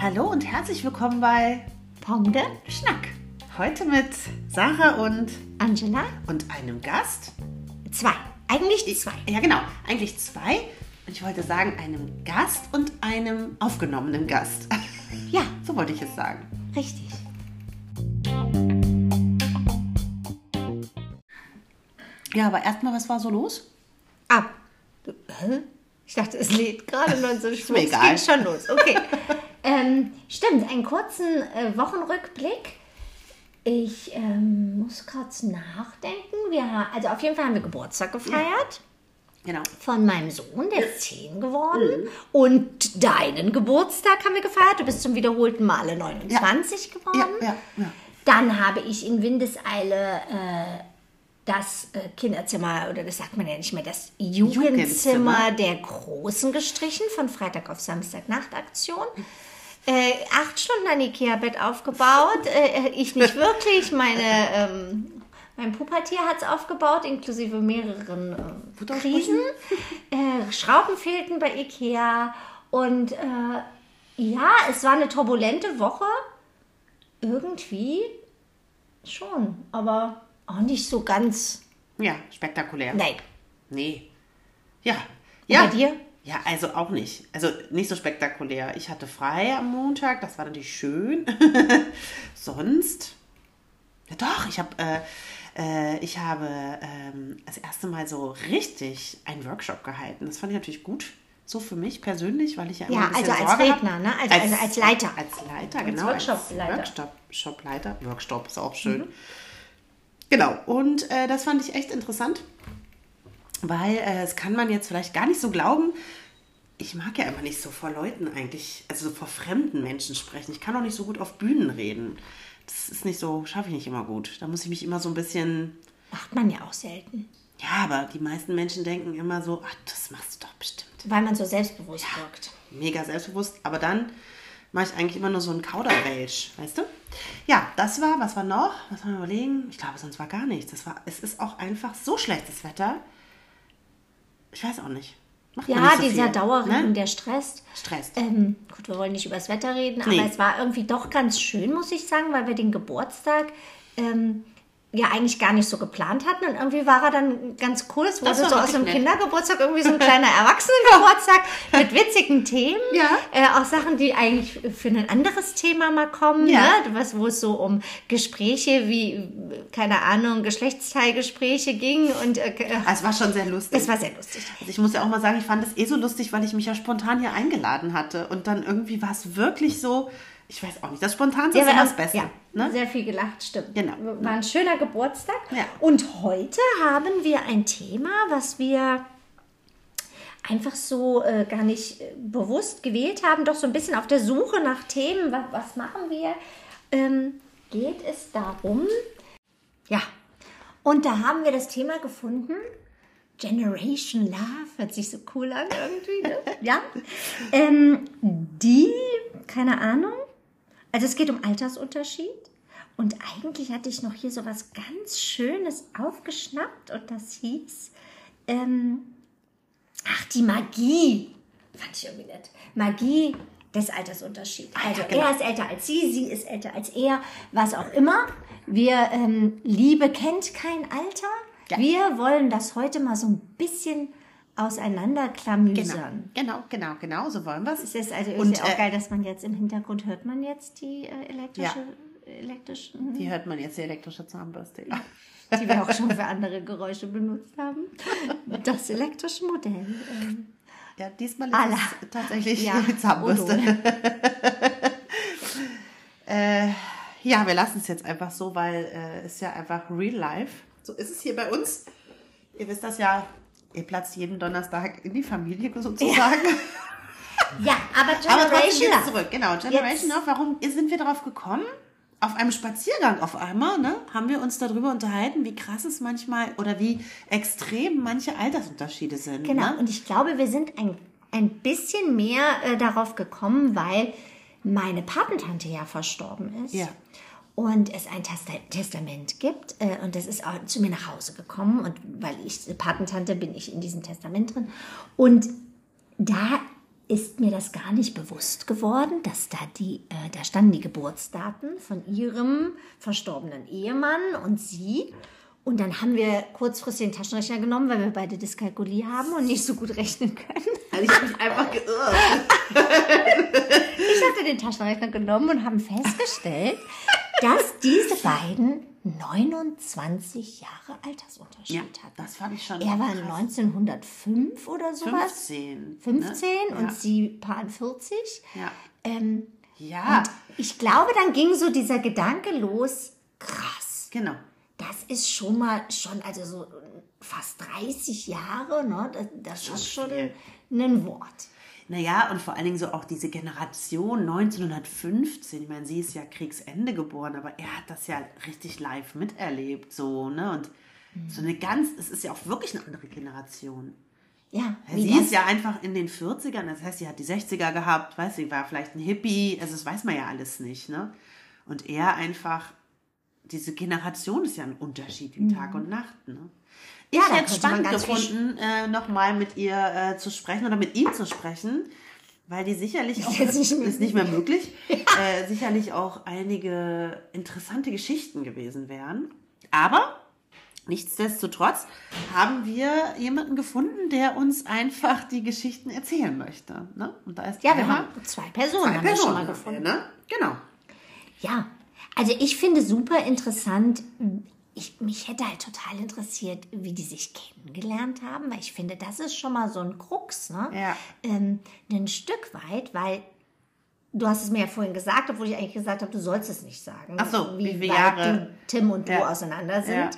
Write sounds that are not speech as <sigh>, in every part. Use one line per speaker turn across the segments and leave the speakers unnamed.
Hallo und herzlich willkommen bei
Pomde,
Schnack. Heute mit Sarah und,
Angela,
und einem Gast.
zwei. Eigentlich zwei.
Ja, genau, eigentlich zwei. Und ich wollte sagen, einem Gast und einem aufgenommenen Gast. <laughs>
Ja,
So wollte ich es sagen.
richtig.
Ja, aber erstmal, was war so los?
Ab. Hä? Ich dachte, es lädt gerade und
<laughs>
dann so
mir
schwupps,
egal.
geht schon los. Okay. <laughs> ähm, stimmt, einen kurzen äh, Wochenrückblick. Ich ähm, muss kurz nachdenken. Wir, ha- also auf jeden Fall haben wir Geburtstag gefeiert.
Genau.
Von meinem Sohn, der ist 10
Mhm.
geworden. Und deinen Geburtstag haben wir gefeiert. Du bist zum wiederholten Male 29 geworden.
Ja, ja, ja.
Dann habe ich in Windeseile äh, das äh, Kinderzimmer, oder das sagt man ja nicht mehr, das Jugendzimmer
Jugendzimmer.
der Großen gestrichen von Freitag auf Samstagnachtaktion. Äh, acht Stunden ein Ikea-Bett aufgebaut. Äh, ich nicht wirklich. Meine, ähm, mein Pubertier hat es aufgebaut, inklusive mehreren äh, Krisen. Äh, Schrauben fehlten bei Ikea. Und äh, ja, es war eine turbulente Woche. Irgendwie schon, aber auch nicht so ganz.
Ja, spektakulär.
Nein.
Nee. Ja. Ja.
bei dir?
Ja, also auch nicht. Also nicht so spektakulär. Ich hatte frei am Montag, das war natürlich schön. <laughs> Sonst. Ja doch, ich habe äh, äh, ich habe ähm, das erste Mal so richtig einen Workshop gehalten. Das fand ich natürlich gut. So für mich persönlich, weil ich ja immer
Ja,
ein bisschen
also als
Sorge hab.
Redner, ne? Also- also als Leiter.
Als Leiter, genau.
Workshopleiter.
Als Workshopleiter. Workshop ist auch schön. Genau. Und äh, das fand ich echt interessant. Weil äh, es kann man jetzt vielleicht gar nicht so glauben. Ich mag ja immer nicht so vor Leuten eigentlich, also vor fremden Menschen sprechen. Ich kann auch nicht so gut auf Bühnen reden. Das ist nicht so, schaffe ich nicht immer gut. Da muss ich mich immer so ein bisschen.
Macht man ja auch selten,
Ja, aber die meisten Menschen denken immer so, ach, das machst du doch bestimmt.
weil man so selbstbewusst wirkt.
Mega selbstbewusst. Aber dann mache ich eigentlich immer nur so einen Kauderwelsch, weißt du? Ja, das war, was war noch? Was wollen wir überlegen? Ich glaube, sonst war gar nichts. Das war, es ist auch einfach so schlechtes Wetter. Ich weiß auch nicht. Macht man
Ja,
nicht so
dieser
viel,
Dauerregen,
ne?
der stresst.
Stress.
Ähm, gut, wir wollen nicht über das Wetter reden,
Nee.
aber es war irgendwie doch ganz schön, muss ich sagen, weil wir den Geburtstag ähm, ja eigentlich gar nicht so geplant hatten. Und irgendwie war er dann ganz cool. Es wurde
Das war
so aus
richtig
einem
nett.
Kindergeburtstag
<laughs>
irgendwie so ein kleiner Erwachsenengeburtstag mit witzigen Themen.
Ja.
Äh, auch Sachen, die eigentlich für ein anderes Thema mal kommen.
Ja.
Ne? Was, wo es so um Gespräche wie, keine Ahnung, Geschlechtsteilgespräche ging. Und äh,
Ah, Es war schon sehr lustig.
es war sehr lustig.
Also ich muss ja auch mal sagen, ich fand es eh so lustig, weil ich mich ja spontan hier eingeladen hatte. Und dann irgendwie war es wirklich so, ich weiß auch nicht, das Spontanste ist
wir
immer
haben-
das Beste.
Ja,
Ne?
Sehr viel gelacht, stimmt.
Genau.
War ein schöner Geburtstag.
Ja.
Und heute haben wir ein Thema, was wir einfach so äh, gar nicht äh, bewusst gewählt haben, doch so ein bisschen auf der Suche nach Themen, was, was machen wir, ähm, geht es darum, ja, und da haben wir das Thema gefunden, Generation Love, hört sich so cool an
<laughs>
irgendwie, ne? ja, ähm, die, keine Ahnung, also es geht um Altersunterschied. Und eigentlich hatte ich noch hier so was ganz Schönes aufgeschnappt und das hieß, ähm, ach, die Magie. Fand ich irgendwie nett. Magie des Altersunterschieds.
Ah,
Also
genau.
er ist älter als sie, sie ist älter als er, was auch immer. Wir, ähm, Liebe kennt kein Alter.
Ja.
Wir wollen das heute mal so ein bisschen auseinanderklamüsern.
Genau, genau, genau, so wollen wir
Es ist also
Und,
irgendwie auch
äh,
geil, dass man jetzt im Hintergrund hört man jetzt die äh, elektrische, elektrischen,
Die hört man jetzt, die elektrische Zahnbürste. Ja.
die wir auch schon für andere Geräusche benutzt haben. Das elektrische Modell. Ähm,
Ja, diesmal ist
Ala.
es tatsächlich <laughs>
Ja,
die Zahnbürste.
Odo.
Ja, wir lassen es jetzt einfach so, weil äh, es ja einfach real life. So ist es hier bei uns. Ihr wisst das ja, ihr platzt jeden Donnerstag in die Familie <laughs> sozusagen.
Ja, aber
Aber trotzdem geht's
Generation Love.
zurück, genau. Generation
Jetzt-
Love, warum sind wir darauf gekommen? Auf einem Spaziergang auf einmal, ne, haben wir uns darüber unterhalten, wie krass es manchmal oder wie extrem manche Altersunterschiede sind.
Genau,
Ne?
und ich glaube, wir sind ein, ein bisschen mehr äh, darauf gekommen, weil meine Patentante ja verstorben ist.
Ja.
Und es ein Testa- Testament gibt. Äh, und das ist auch zu mir nach Hause gekommen. Und weil ich Patentante bin, ich in diesem Testament drin. Und da ist mir das gar nicht bewusst geworden, dass da die, äh, da standen die Geburtsdaten von ihrem verstorbenen Ehemann und sie. Und dann haben wir kurzfristig den Taschenrechner genommen, weil wir beide Dyskalkulie haben und nicht so gut rechnen können.
Also ich habe mich einfach geirrt.
Ich hatte den Taschenrechner genommen und haben festgestellt, dass diese beiden 29 Jahre Altersunterschied
Ja,
hatten.
das fand ich schon
Er war
krass.
1905 oder sowas.
15.
15
ne?
und
ja.
sie paar 40.
Ja.
Ähm,
ja,
ich glaube, dann ging so dieser Gedanke los, krass,
genau.
das ist schon mal, schon, also so fast 30 Jahre, ne? das, das ist schon
viel.
ein Wort.
Naja, und vor allen Dingen so auch diese Generation 1915. Ich meine, sie ist ja Kriegsende geboren, aber er hat das ja richtig live miterlebt, so, ne? Und so eine ganz, es ist ja auch wirklich eine andere Generation.
Ja,
Ja,
wie
Sie
das-
ist ja einfach in den 40ern, das heißt, sie hat die 60er gehabt, weißt du, sie war vielleicht ein Hippie, also das weiß man ja alles nicht, ne? Und er einfach, diese Generation ist ja ein Unterschied wie Tag und Nacht, ne? Ich
Mhm. Ja, da
hätte es
könnte man
spannend
ganz viel
gefunden, äh, nochmal mit ihr äh, zu sprechen oder mit ihm zu sprechen, weil die sicherlich auch,
jetzt
ist
nicht mehr
nicht mehr
<laughs>
möglich, äh, sicherlich auch einige interessante Geschichten gewesen wären. Aber Nichtsdestotrotz haben wir jemanden gefunden, der uns einfach die Geschichten erzählen möchte. Ne? Und da ist
ja, wir
einmal
haben zwei Personen, haben wir schon mal gefunden.
Ne? Genau.
Ja, also ich finde super interessant. Ich, mich hätte halt total interessiert, wie die sich kennengelernt haben, weil ich finde, das ist schon mal so ein Krux, ne?
Ja.
Ähm, ein Stück weit, weil du hast es mir ja vorhin gesagt, obwohl ich eigentlich gesagt habe, du sollst es nicht sagen. also
Ach so, wie viele
weit
Jahre?
du, Tim und du
Ja.
auseinander sind.
Ja.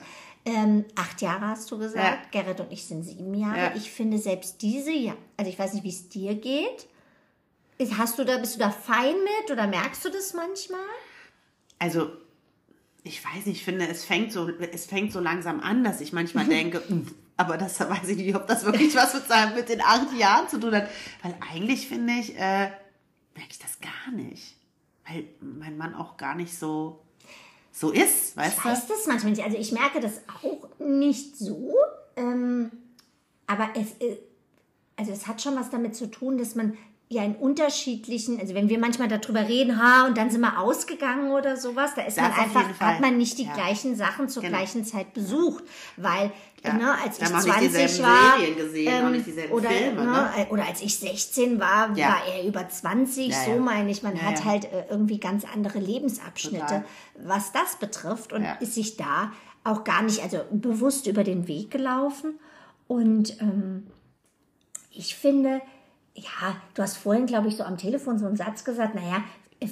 Ähm, acht Jahre hast du gesagt, Gerrit und ich sind sieben Jahre.
Ja.
Ich finde selbst diese, ja, also ich weiß nicht, wie es dir geht. Ist- Hast du da, bist du da fein mit oder merkst du das manchmal?
Also, ich weiß nicht, ich finde, es fängt so, es fängt so langsam an, dass ich manchmal
<laughs>
denke, "Mh, aber das weiß ich nicht, ob das wirklich was mit, seinem- mit den acht Jahren zu tun hat. Weil eigentlich finde ich, äh, merke ich das gar nicht. Weil mein Mann auch gar nicht so, so ist, weißt
Ich
du?
weiß das manchmal nicht. Also ich merke das auch nicht so. Ähm, aber es, äh, also es hat schon was damit zu tun, dass man ja in unterschiedlichen, also wenn wir manchmal darüber reden, ha, und dann sind wir ausgegangen oder sowas, da ist
Das
man
auf
einfach,
jeden Fall.
hat man nicht die
Ja.
gleichen Sachen zur
Genau.
gleichen Zeit besucht. Weil,
Ja.
ne, als
Da
ich
haben auch
20
nicht dieselben
war.
Serien gesehen, auch nicht dieselben
oder,
Filme,
ne,
ne?
äh, oder als ich 16 war,
Ja.
war er über 20,
Ja,
so
ja.
meine ich. Man
Ja,
hat
ja.
halt äh, irgendwie ganz andere Lebensabschnitte,
Total.
was das betrifft und
Ja.
ist sich da auch gar nicht, also bewusst über den Weg gelaufen. Und ähm, ich finde, ja, du hast vorhin, glaube ich, so am Telefon so einen Satz gesagt, naja,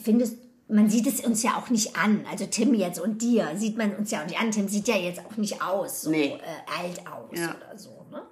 findest man sieht es uns ja auch nicht an, also Tim jetzt und dir sieht man uns ja auch nicht an. Tim sieht ja jetzt auch nicht aus, so
Nee.
äh, alt aus
Ja.
oder so. Ne?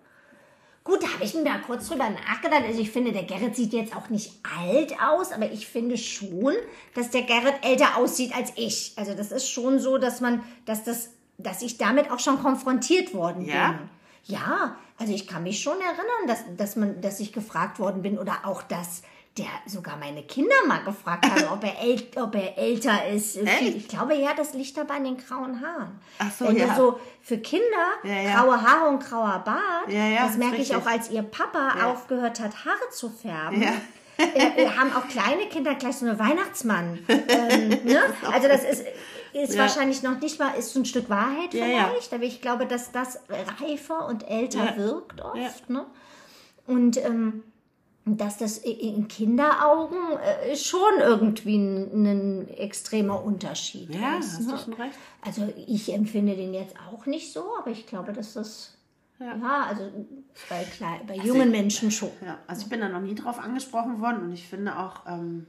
Gut, da habe ich mir da kurz drüber nachgedacht. Also ich finde, der Gerrit sieht jetzt auch nicht alt aus, aber ich finde schon, dass der Gerrit älter aussieht als ich. Also das ist schon so, dass man, dass das, dass ich damit auch schon konfrontiert worden
Ja?
bin. Ja, also ich kann mich schon erinnern, dass, dass man, dass ich gefragt worden bin oder auch, dass der sogar meine Kinder mal gefragt haben, ob er, äl ob er älter ist.
Echt?
Ich glaube ja, das liegt aber an den grauen Haaren.
Ach so,
Wenn du
ja.
so für Kinder
Ja, ja.
graue Haare und grauer Bart,
Ja, ja,
das
ist
merke ich
richtig.
auch, als ihr Papa
Ja.
aufgehört hat, Haare zu färben.
Ja.
<laughs> äh, äh, haben auch kleine Kinder gleich so eine Weihnachtsmann.
<laughs>
Ähm, ne? Also das ist, ist
Genau. Ja.
wahrscheinlich noch nicht mal, ist so ein Stück Wahrheit
Ja, ja.
vielleicht, aber ich glaube, dass das reifer und älter
Ja.
wirkt oft. Ne? Und ähm, dass das i- in Kinderaugen äh, schon irgendwie ein, ein extremer Unterschied
Ja,
ist.
hast
ne?
du schon recht.
Also ich empfinde den jetzt auch nicht so, aber ich glaube, dass das ja, also bei, klei-
Also,
bei jungen Menschen schon.
Ja, also ich bin da noch nie drauf angesprochen worden und ich finde auch, ähm,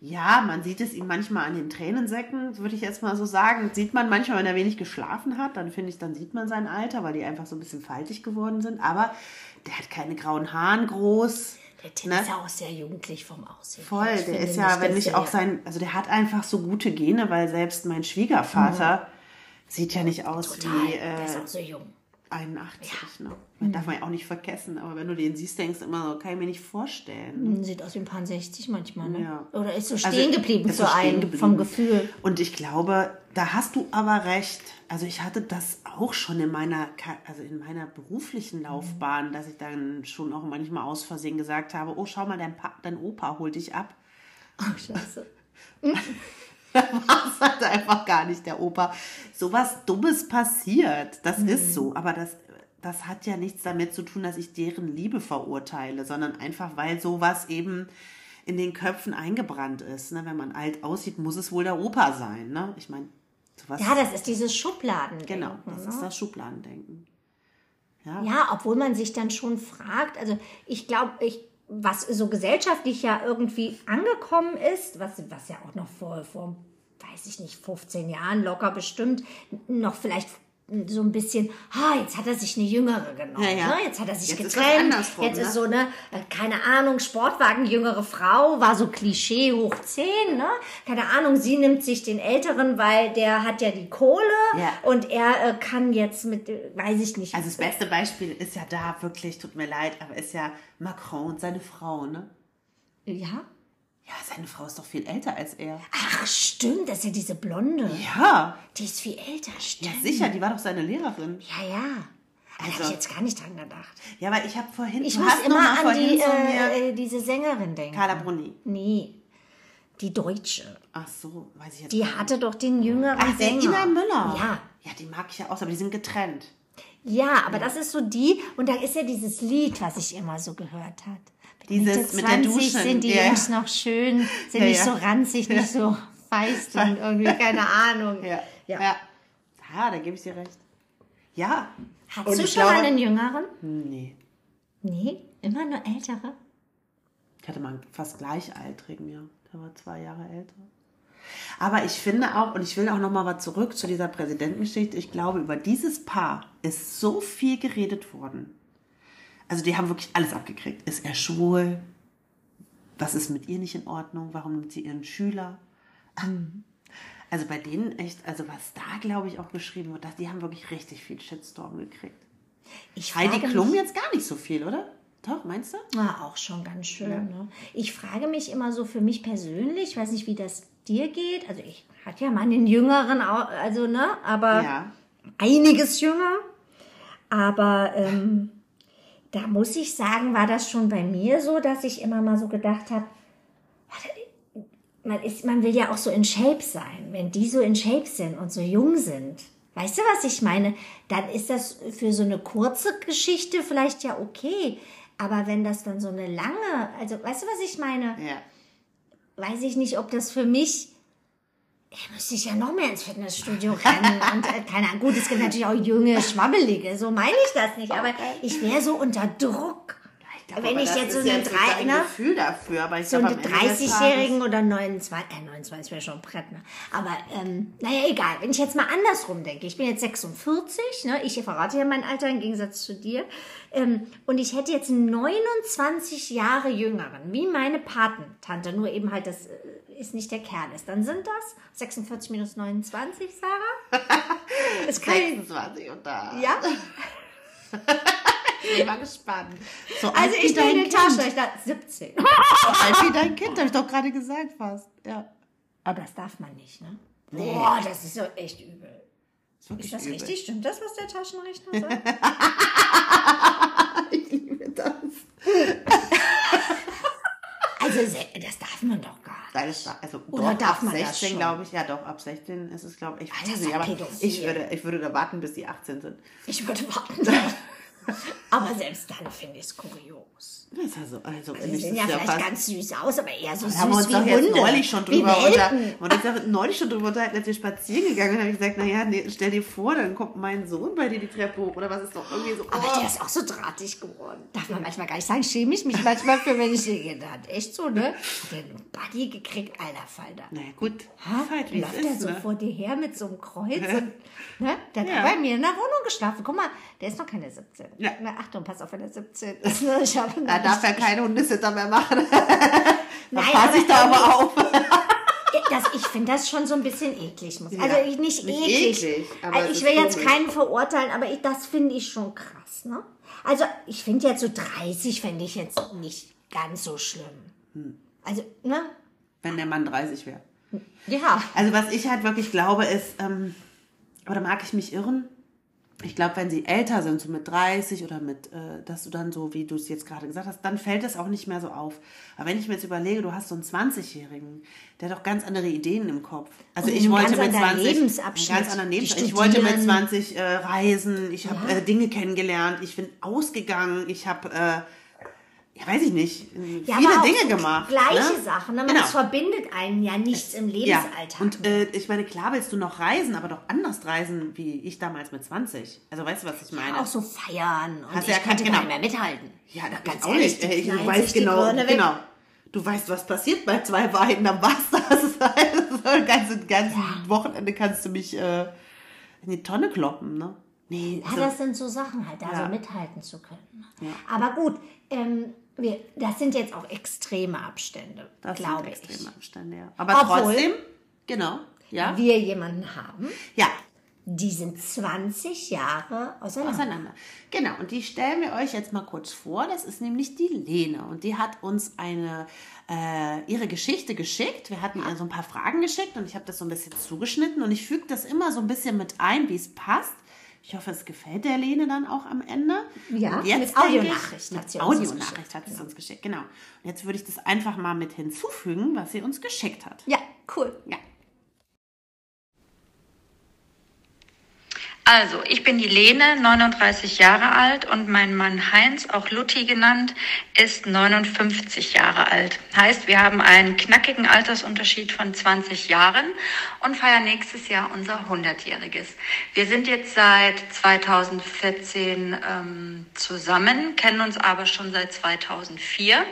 ja, man sieht es ihm manchmal an den Tränensäcken, würde ich jetzt mal so sagen. Sieht man manchmal, wenn er wenig geschlafen hat, dann finde ich, dann sieht man sein Alter, weil die einfach so ein bisschen faltig geworden sind. Aber der hat keine grauen Haaren groß.
Der Tim
Ne?
ist ja auch sehr jugendlich vom Aussehen.
Voll,
Ich
der
finde
ist ja,
nicht,
wenn
dass
nicht
der-
auch sein, also der hat einfach so gute Gene, weil selbst mein Schwiegervater sieht ja nicht aus
Mhm. Total,
wie,
der
äh,
ist Mhm. auch so jung.
81, ne? Man darf man ja auch nicht vergessen, aber wenn du den siehst, denkst du immer so, kann ich mir nicht vorstellen.
Hm, Sieht aus wie ein paar 60 manchmal, ne?
Ja.
Oder ist so stehen geblieben
das
zu
ist stehen
einem
geblieben.
vom Gefühl.
Und ich glaube, da hast du aber recht. Also ich hatte das auch schon in meiner, Ka- also in meiner
Mhm.
beruflichen Laufbahn, dass ich dann schon auch manchmal aus Versehen gesagt habe, oh, schau mal, dein, pa dein Opa holt dich ab. <laughs>
Oh, scheiße.
war es halt einfach gar nicht der Opa. Sowas Dummes passiert. Das
Mhm.
ist so. Aber das, das hat ja nichts damit zu tun, dass ich deren Liebe verurteile, sondern einfach, weil sowas eben in den Köpfen eingebrannt ist. Ne? Wenn man alt aussieht, muss es wohl der Opa sein. Ne? Ich meine, sowas.
Ja, das ist dieses Schubladen.
genau, das ist das Schubladendenken. Ja.
Ja, obwohl man sich dann schon fragt, also ich glaube, ich, was so gesellschaftlich ja irgendwie angekommen ist, was, was ja auch noch vor, vor, weiß ich nicht, 15 Jahren locker bestimmt, noch vielleicht so ein bisschen, ah, jetzt hat er sich eine Jüngere genommen,
Ja, ja.
Ne? jetzt hat er sich
Jetzt ist das
getrennt,
andersrum,
jetzt
ne?
ist so eine, äh, keine Ahnung, Sportwagen, jüngere Frau, war so Klischee hoch 10, ne? keine Ahnung, sie nimmt sich den Älteren, weil der hat ja die Kohle
Ja.
und er äh, kann jetzt mit, äh, weiß ich nicht,
Also das beste Beispiel ist ja da wirklich, tut mir leid, aber ist ja Macron und seine Frau, ne?
ja,
Ja, seine Frau ist doch viel älter als er.
Ach, stimmt, das ist ja diese Blonde.
Ja,
Die ist viel älter,
ja
stimmt.
sicher, die war doch seine Lehrerin.
Ja, ja. Also, da
Also-
habe ich jetzt gar nicht dran gedacht.
Ja, aber ich habe vorhin,
Ich
du
muss
hast noch mal
immer an
vorhin
die,
zu mir
äh, äh, diese Sängerin denken.
Carla Bruni.
Nee, die Deutsche.
Ach so, weiß ich jetzt.
Die hatte doch den jüngeren
Ach,
Sänger.
Ina Müller.
Ja,
Ja, die mag ich ja auch, aber die sind getrennt.
ja, aber das ist so die. Und da ist ja dieses Lied, was ich immer so gehört hat. Mit
Dieses
Mitte
mit der
20
Duschen,
sind die
ja, ja.
Jungs noch schön, sind
Ja,
nicht
ja.
so ranzig, nicht so feist und irgendwie, keine Ahnung.
Ja, Ja, da gebe ich dir recht. Ja.
Hattest
Und
du
ich
schon mal
glaube-
einen jüngeren?
Nee.
Nee, immer nur ältere.
Ich hatte mal einen fast gleichaltrigen, ja. Der war zwei Jahre älter. Aber ich finde auch, und ich will auch nochmal was zurück zu dieser Präsidentengeschichte, ich glaube, über dieses Paar ist so viel geredet worden. Also die haben wirklich alles abgekriegt. Ist er schwul? Was ist mit ihr nicht in Ordnung? Warum nimmt sie ihren Schüler?
Mhm.
Also bei denen echt, also was da glaube ich auch geschrieben wird, dass die haben wirklich richtig viel Shitstorm gekriegt.
Ich
Heidi
frage
Klum
mich-
jetzt gar nicht so viel, oder? Doch, meinst du?
Na, auch schon ganz schön. Ne? Ich frage mich immer so für mich persönlich, weiß nicht, wie das dir geht. Also ich hatte ja mal einen jüngeren, au- also ne, aber
Ja.
einiges jünger. Aber ähm, da muss ich sagen, war das schon bei mir so, dass ich immer mal so gedacht habe, man, ist, man will ja auch so in Shape sein. Wenn die so in Shape sind und so jung sind, weißt du, was ich meine? Dann ist das für so eine kurze Geschichte vielleicht ja okay. Aber wenn das dann so eine lange, also weißt du, was ich meine?
Ja.
Weiß ich nicht, ob das für mich. Da müsste ich ja noch mehr ins
<laughs>
Fitnessstudio rennen. Und äh, keine Ahnung, gut, es gibt natürlich auch junge, schwabbelige, so meine ich das nicht. Aber ich wäre so unter Druck.
Ja,
wenn
aber
ich
das
jetzt so
ist
eine
jetzt
drei,
dein
ne?
Gefühl dafür, aber ich
so
glaube,
eine
am Ende des
30-Jährigen oder 29, äh, 29 wäre schon ein Brett, ne? Aber, ähm, naja, egal. Wenn ich jetzt mal andersrum denke, ich bin jetzt 46, ne? Ich verrate ja mein Alter im Gegensatz zu dir. Ähm, und ich hätte jetzt einen 29 Jahre Jüngeren, wie meine Patentante, nur eben halt, das äh, ist nicht der Kern ist. Dann sind das 46 minus 29, Sarah?
<laughs>
Das kann ich,
26 und da.
ja?
Ich bin mal gespannt. So alt
Also
wie
ich bin
dein
in den
Kind.
Taschenrechner 17.
So alt wie dein Kind, habe ich doch gerade gesagt fast. Ja.
Aber das darf man nicht, ne? Boah, das ist so echt übel.
Ist, wirklich
Ist das
übel.
richtig? Stimmt das, was der Taschenrechner sagt?
<laughs> Ich liebe das.
<laughs> also, se- das darf man doch gar nicht.
Nein, das war, also
Oder
doch,
darf
ab
man das
16,
schon?
glaube ich. Ja, doch, ab 16 ist es, glaube ich. Ich
das
weiß
ist
nicht,
doch
aber
pädophil.
ich würde, ich würde da warten, bis die 18 sind.
Ich würde
<laughs>
warten. aber selbst dann finde ich es kurios.
Das ist ja so. Also,
Die
das
sehen
ist
ja vielleicht
fast-
ganz süß aus, aber eher so
Da
süß
haben wir uns
wie
doch
Hunde.
jetzt neulich schon
wie
drüber
Welpen.
unterhalten. Und ich habe neulich schon drüber unterhalten, als wir spazieren gegangen sind, habe ich gesagt, naja, nee, stell dir vor, dann kommt mein Sohn bei dir die Treppe hoch. Oder was ist doch irgendwie so.
Aber
oh.
der ist auch so drahtig geworden. Darf man manchmal gar nicht sagen, schäme ich
<laughs>
mich manchmal für, wenn ich den hat. Echt so, ne? Hat der einen Buddy gekriegt, alter Falter.
Na ja, gut.
Ha?
Ist halt, wie es
Läuft er
ist,
so
ne?
vor dir her mit so einem
<laughs>
Kreuz? Und, ne? Der hat
Ja.
bei mir in der Wohnung geschlafen. Guck mal, der ist noch keine 17.
Ja.
Na, Achtung, pass auf, wenn er 17 ist. Ne?
<laughs>
Ich hab
Da darf er keine Hundesitter mehr machen.
Nein,
Pass ich da aber auf.
Ja, Das, <laughs> ich finde das schon so ein bisschen eklig. Muss.
Ja,
also ich, nicht,
nicht
eklig.
eklig, aber
also
es
ich
ist
will jetzt
komisch.
keinen verurteilen, aber ich, das finde ich schon krass. Ne? Also ich finde jetzt so 30 finde ich jetzt nicht ganz so schlimm.
Hm.
Also, ne?
wenn der Mann 30 wäre.
Ja.
Also was ich halt wirklich glaube ist, ähm, oder mag ich mich irren? Ich glaube, wenn sie älter sind, so mit 30 oder mit, äh, dass du dann so, wie du es jetzt gerade gesagt hast, dann fällt es auch nicht mehr so auf. Aber wenn ich mir jetzt überlege, du hast so einen 20-Jährigen, der hat doch ganz andere Ideen im Kopf. Also
Und
ich
einen
wollte
ganz
mit
anderen
20
Lebensabschnitt.
einen ganz anderen
Die
Lebensabschnitt. Ich
studieren.
wollte mit 20 äh, reisen, ich habe
Ja.
äh, Dinge kennengelernt, ich bin ausgegangen, ich habe, äh, ja weiß ich nicht, äh,
Ja,
viele
aber auch
Dinge
so
gemacht.
Gleiche
ne?
Sachen. Ne? Man
Genau.
Es verbindet einen ja nichts im
Ja.
Lebensalltag.
Und äh, ich meine, klar willst du noch reisen, aber doch anders reisen, wie ich damals mit 20. Also weißt du, was ich meine?
auch so feiern. Und
Hast du
ich
ja
konnte
kein-
gar nicht mehr mithalten.
ja, da
Ganz
ganz auch
ehrlich,
nicht.
die
Ey, du
knallen sich
weißt
die
genau,
Birne weg.
genau. Du weißt, was passiert bei zwei Weiden, dann war's <laughs> das. Das ist ein ganzes, ganzes Wochenende kannst du mich äh, in die Tonne kloppen, ne? Nee,
Ja,
also,
das sind so Sachen halt, da
Ja.
so mithalten zu können. Aber gut, ähm, wir, das sind jetzt auch extreme Abstände,
das sind
glaube ich.
extreme Abstände, ja. Aber
Obwohl-
trotzdem, genau, ja.
Wir jemanden haben,
Ja,
die sind 20 Jahre auseinander.
auseinander. Genau, und die stellen wir euch jetzt mal kurz vor. Das ist nämlich die Lene und die hat uns eine, äh, ihre Geschichte geschickt. Wir hatten ihr so ein paar Fragen geschickt und ich habe das so ein bisschen zugeschnitten und ich füge das immer so ein bisschen mit ein, wie es passt. Ich hoffe, es gefällt der Lene dann auch am Ende.
Ja,
Und
mit
denke ich-
Audionachricht hat sie
mit
uns das
Audionachricht hat sie es uns geschickt, genau. Und jetzt würde ich das einfach mal mit hinzufügen, was sie uns geschickt hat.
Ja, cool.
Ja.
Also, ich bin die Lene, 39 Jahre alt und mein Mann Heinz, auch Lutti genannt, ist 59 Jahre alt. Heißt, wir haben einen knackigen Altersunterschied von 20 Jahren und feiern nächstes Jahr unser 100-jähriges. Wir sind jetzt seit 2014 ähm, zusammen, kennen uns aber schon seit 2004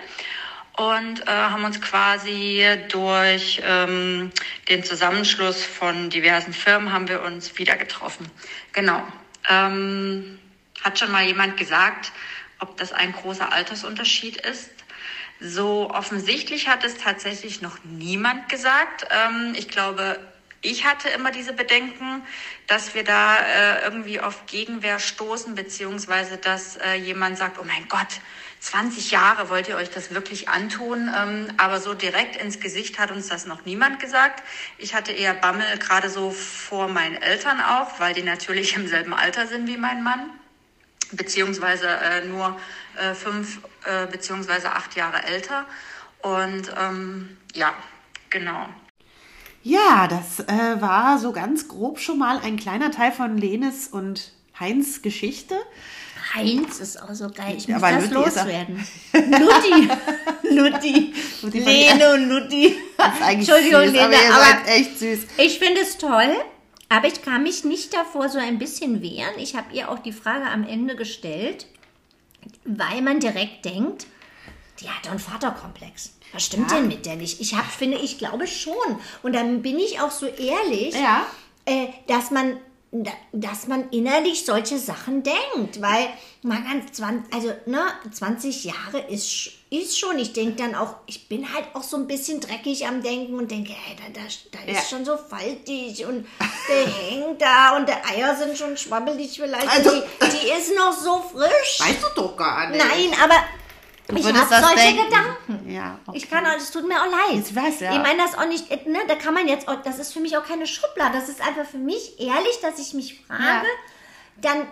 und äh, haben uns quasi durch ähm, den Zusammenschluss von diversen Firmen haben wir uns wieder getroffen. Genau. Ähm, hat schon mal jemand gesagt, ob das ein großer Altersunterschied ist? So offensichtlich hat es tatsächlich noch niemand gesagt. Ähm, ich glaube, ich hatte immer diese Bedenken, dass wir da äh, irgendwie auf Gegenwehr stoßen, beziehungsweise dass äh, jemand sagt, oh mein Gott, 20 Jahre wollt ihr euch das wirklich antun, ähm, aber so direkt ins Gesicht hat uns das noch niemand gesagt. Ich hatte eher Bammel, gerade so vor meinen Eltern auch, weil die natürlich <laughs> im selben Alter sind wie mein Mann beziehungsweise äh, nur äh, fünf äh, beziehungsweise acht Jahre älter. Und ähm, ja, genau.
Ja, das äh, war so ganz grob schon mal ein kleiner Teil von Lenes und Heinz
<laughs>
Geschichte.
Heinz ist auch so geil. Ich
Ja,
muss
aber
das
Lutti ist auch-
loswerden.
<laughs>
Lutti. Lutti.
Lutti von-
Lene und Lutti.
Das ist eigentlich
Entschuldigung,
süß,
Lene,
aber ihr
aber
seid echt süß.
Ich finde es toll, aber ich kann mich nicht davor so ein bisschen wehren. Ich habe ihr auch die Frage am Ende gestellt, weil man direkt denkt, die hat doch einen Vaterkomplex. Was stimmt denn mit der nicht? Ich hab, finde, ich glaube schon. Und dann bin ich auch so ehrlich,
Ja.
äh, dass man da- dass man innerlich solche Sachen denkt, weil man ganz 20, also ne, 20 Jahre ist, sch- ist schon, ich denke dann auch, ich bin halt auch so ein bisschen dreckig am Denken und denke, ey, da, da, da ist
Ja.
schon so faltig und der hängt da und die Eier sind schon schwabbelig vielleicht,
Also-
und die, die ist noch so frisch.
Weißt du doch gar nicht.
Nein, aber ich
würdest
habe
das
solche
denken.
Gedanken.
Ja, okay.
Ich kann auch, es tut mir auch leid.
Ich weiß, ja.
Ich meine das auch nicht, ne, da kann man jetzt auch, das ist für mich auch keine Schublade. Das ist einfach für mich ehrlich, dass ich mich frage, dann,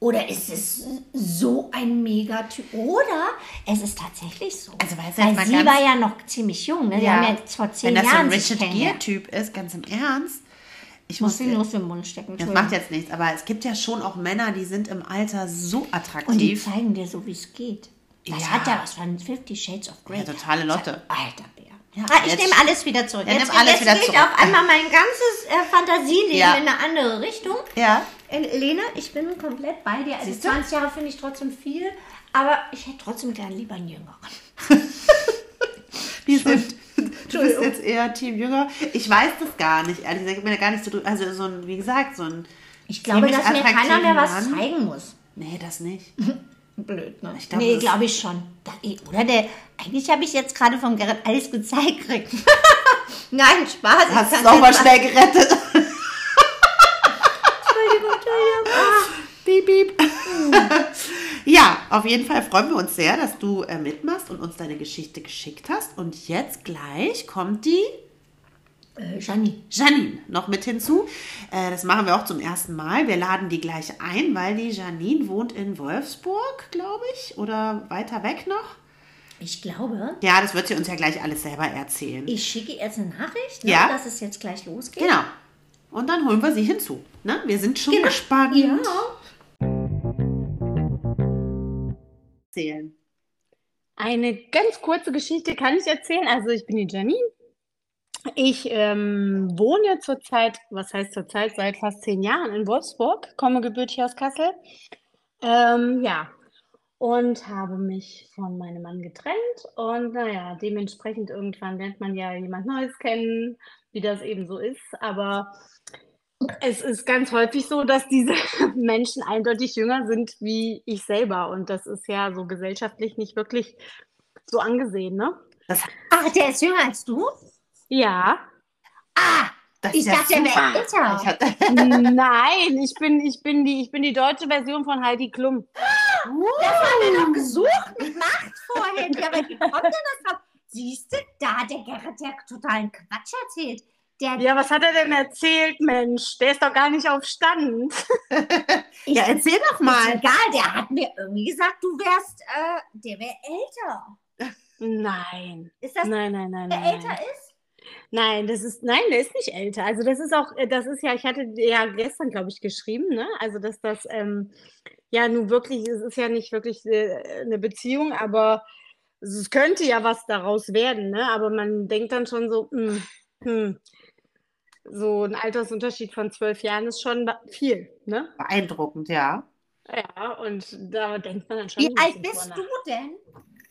oder ist es so ein Megatyp? Oder es ist tatsächlich so.
Also, weißt du, jetzt
Weil
mal
sie
ganz-
war ja noch ziemlich jung, ne? Die haben ja jetzt vor
Wenn
zehn
das so ein
Jahren sich
Richard
kennengelernt.
Gere-Typ ist, ganz im Ernst. Ich
Muss
muss,
sie nur für den Mund stecken.
das macht jetzt nichts, aber es gibt ja schon auch Männer, die sind im Alter so attraktiv.
Und die zeigen dir so, wie es geht. Das
Ja.
hat ja was von Fifty Shades of Grey.
Ja, totale Lotte.
Alter Bär.
Ja,
ah, ich
jetzt-
nehme alles wieder zurück.
Ja,
jetzt
nimm alles
jetzt
wieder
geht
zurück.
auf einmal mein ganzes äh, Fantasieleben
Ja.
in eine andere Richtung.
Ja.
Äh, Lena, ich bin komplett bei dir. Also
Siehst du?
20 Jahre finde ich trotzdem viel, aber ich hätte trotzdem gern lieber einen Jüngeren.
Die sind, du bist jetzt eher Team Jünger. Ich weiß das gar nicht, ehrlich gesagt. Ich bin da gar nicht so drü- Also, so ein, wie gesagt, so ein.
Ich glaube,
ziemlich
dass mir keiner
attraktiven
mehr was
Mann.
zeigen muss.
Nee, das nicht.
Blöd, ne? Ich
glaub,
nee,
das-
glaube ich schon. Da, eh, oder der, eigentlich habe ich jetzt gerade vom Gerrit alles gezeigt gekriegt. <laughs> Nein, Spaß. ich
Hast
kann's
es nochmal
jetzt
schnell gerettet.
Entschuldigung, Entschuldigung. Ah,
Piep, piep. ja, auf jeden Fall freuen wir uns sehr, dass du äh, mitmachst und uns deine Geschichte geschickt hast. Und jetzt gleich kommt die
Äh, Janine.
Janine noch mit hinzu. Äh, das machen wir auch zum ersten Mal. Wir laden die gleich ein, weil die Janine wohnt in Wolfsburg, glaube ich, oder weiter weg noch.
Ich glaube,
Ja, das wird sie uns ja gleich alles selber erzählen.
ich schicke ihr jetzt eine Nachricht, ne,
Ja.
dass es jetzt gleich losgeht.
Genau. Und dann holen wir sie hinzu. Ne? Wir sind schon
Genau.
gespannt.
Ja.
Erzählen.
Eine ganz kurze Geschichte kann ich erzählen. Also ich bin die Janine. Ich ähm, wohne zurzeit, was heißt zurzeit, seit fast zehn Jahren in Wolfsburg, komme gebürtig aus Kassel. Ähm, ja, und habe mich von meinem Mann getrennt. Und naja, dementsprechend irgendwann lernt man ja jemand Neues kennen, wie das eben so ist. Aber es ist ganz häufig so, dass diese Menschen eindeutig jünger sind wie ich selber. Und das ist ja so gesellschaftlich nicht wirklich so angesehen, ne?
Ach, Ah, der ist jünger als du?
Ja. <laughs>
Ah,
Das
ich dachte, er wäre
super. Ich
älter.
hatte,
Nein, ich bin, ich bin die, ich bin die deutsche Version von Heidi Klum.
Das haben wir noch gesucht mit Oh. Macht vorhin. Ja, aber wie kommt denn das drauf? Siehst du, da hat der Gerrit ja totalen Quatsch erzählt. Der,
Ja, was hat er denn erzählt, Mensch? Der ist doch gar nicht auf Stand.
ich,
ja, erzähl doch
ist
mal.
egal, der hat mir irgendwie gesagt, du wärst, äh, der wäre älter.
Nein,
Ist das,
nein, nein, nein,
der
nein,
älter
nein.
ist?
Nein, das ist, nein, der ist nicht älter. Also das ist auch, äh, das ist ja, ich hatte dir ja gestern, glaube ich, geschrieben, ne? Also dass das ähm, ja nun wirklich, es ist ja nicht wirklich äh, eine Beziehung, aber es könnte ja was daraus werden, ne? Aber man denkt dann schon so, hm, hm. So ein Altersunterschied von zwölf Jahren ist schon ba- viel, ne?
Beeindruckend, ja.
Ja, und da denkt man dann schon.
Wie
ein
alt
bisschen
bist
drüber
du
nach.
denn?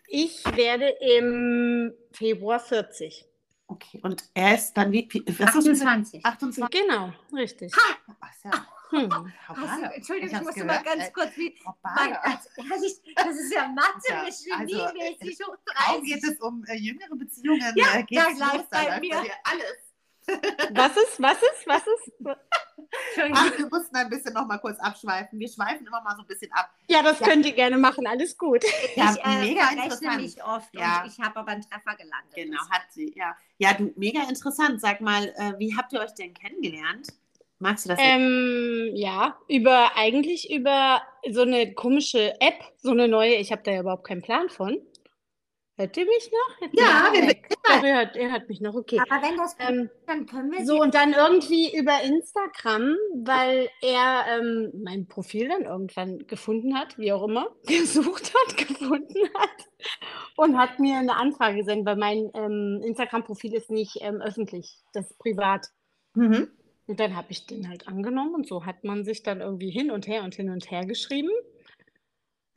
Ich werde im Februar 40.
Okay. Und er ist dann wie. wie was hast du gesagt?
28.
28.
Genau, richtig.
Ach, ist ja.
Hm.
Hast du,
Haubale.
Entschuldigung, ich,
hab's
musste mal
gehört.
ganz
Äh,
kurz wie. Mein
Haubale.
Gott, das ist, das ist ja Mathe,
Ah. Ja,
also,
also,
geniemäßig hoch
Kaum
30.
geht es um äh, jüngere Beziehungen.
Ja,
äh, geht's
da gleich
los,
bei
läuft
mir.
dir alles.
Was ist, was ist, was ist?
Entschuldigung.
Ach, wir mussten ein bisschen noch mal kurz abschweifen. Wir schweifen immer mal so ein bisschen ab.
Ja, das
Ja.
könnt ihr gerne machen, alles gut.
Ja,
ich äh,
mega
verrechne
interessant.
mich oft
Ja.
und ich habe aber einen Treffer gelandet.
Genau, hat sie, ja. Ja, du, mega interessant. Sag mal, äh, wie habt ihr euch denn kennengelernt? Magst du das?
Ähm, ja, über eigentlich über so eine komische App, so eine neue. Ich habe da ja überhaupt keinen Plan von. Hört ihr mich noch? Jetzt
Ja,
bin ich
wir-
weg. Doch, ihr hört, ihr hört mich noch,
Ah.
okay.
Aber wenn das kommt,
Ähm,
dann können wir
So, und dann irgendwie über Instagram, weil er ähm, mein Profil dann irgendwann gefunden hat, wie auch immer, <laughs> gesucht hat, gefunden hat und hat mir eine Anfrage gesendet, weil mein ähm, Instagram-Profil ist nicht ähm, öffentlich, das ist privat.
Ähm,
Mhm.
Und dann habe ich den halt angenommen und so hat man sich dann irgendwie hin und her und hin und her geschrieben,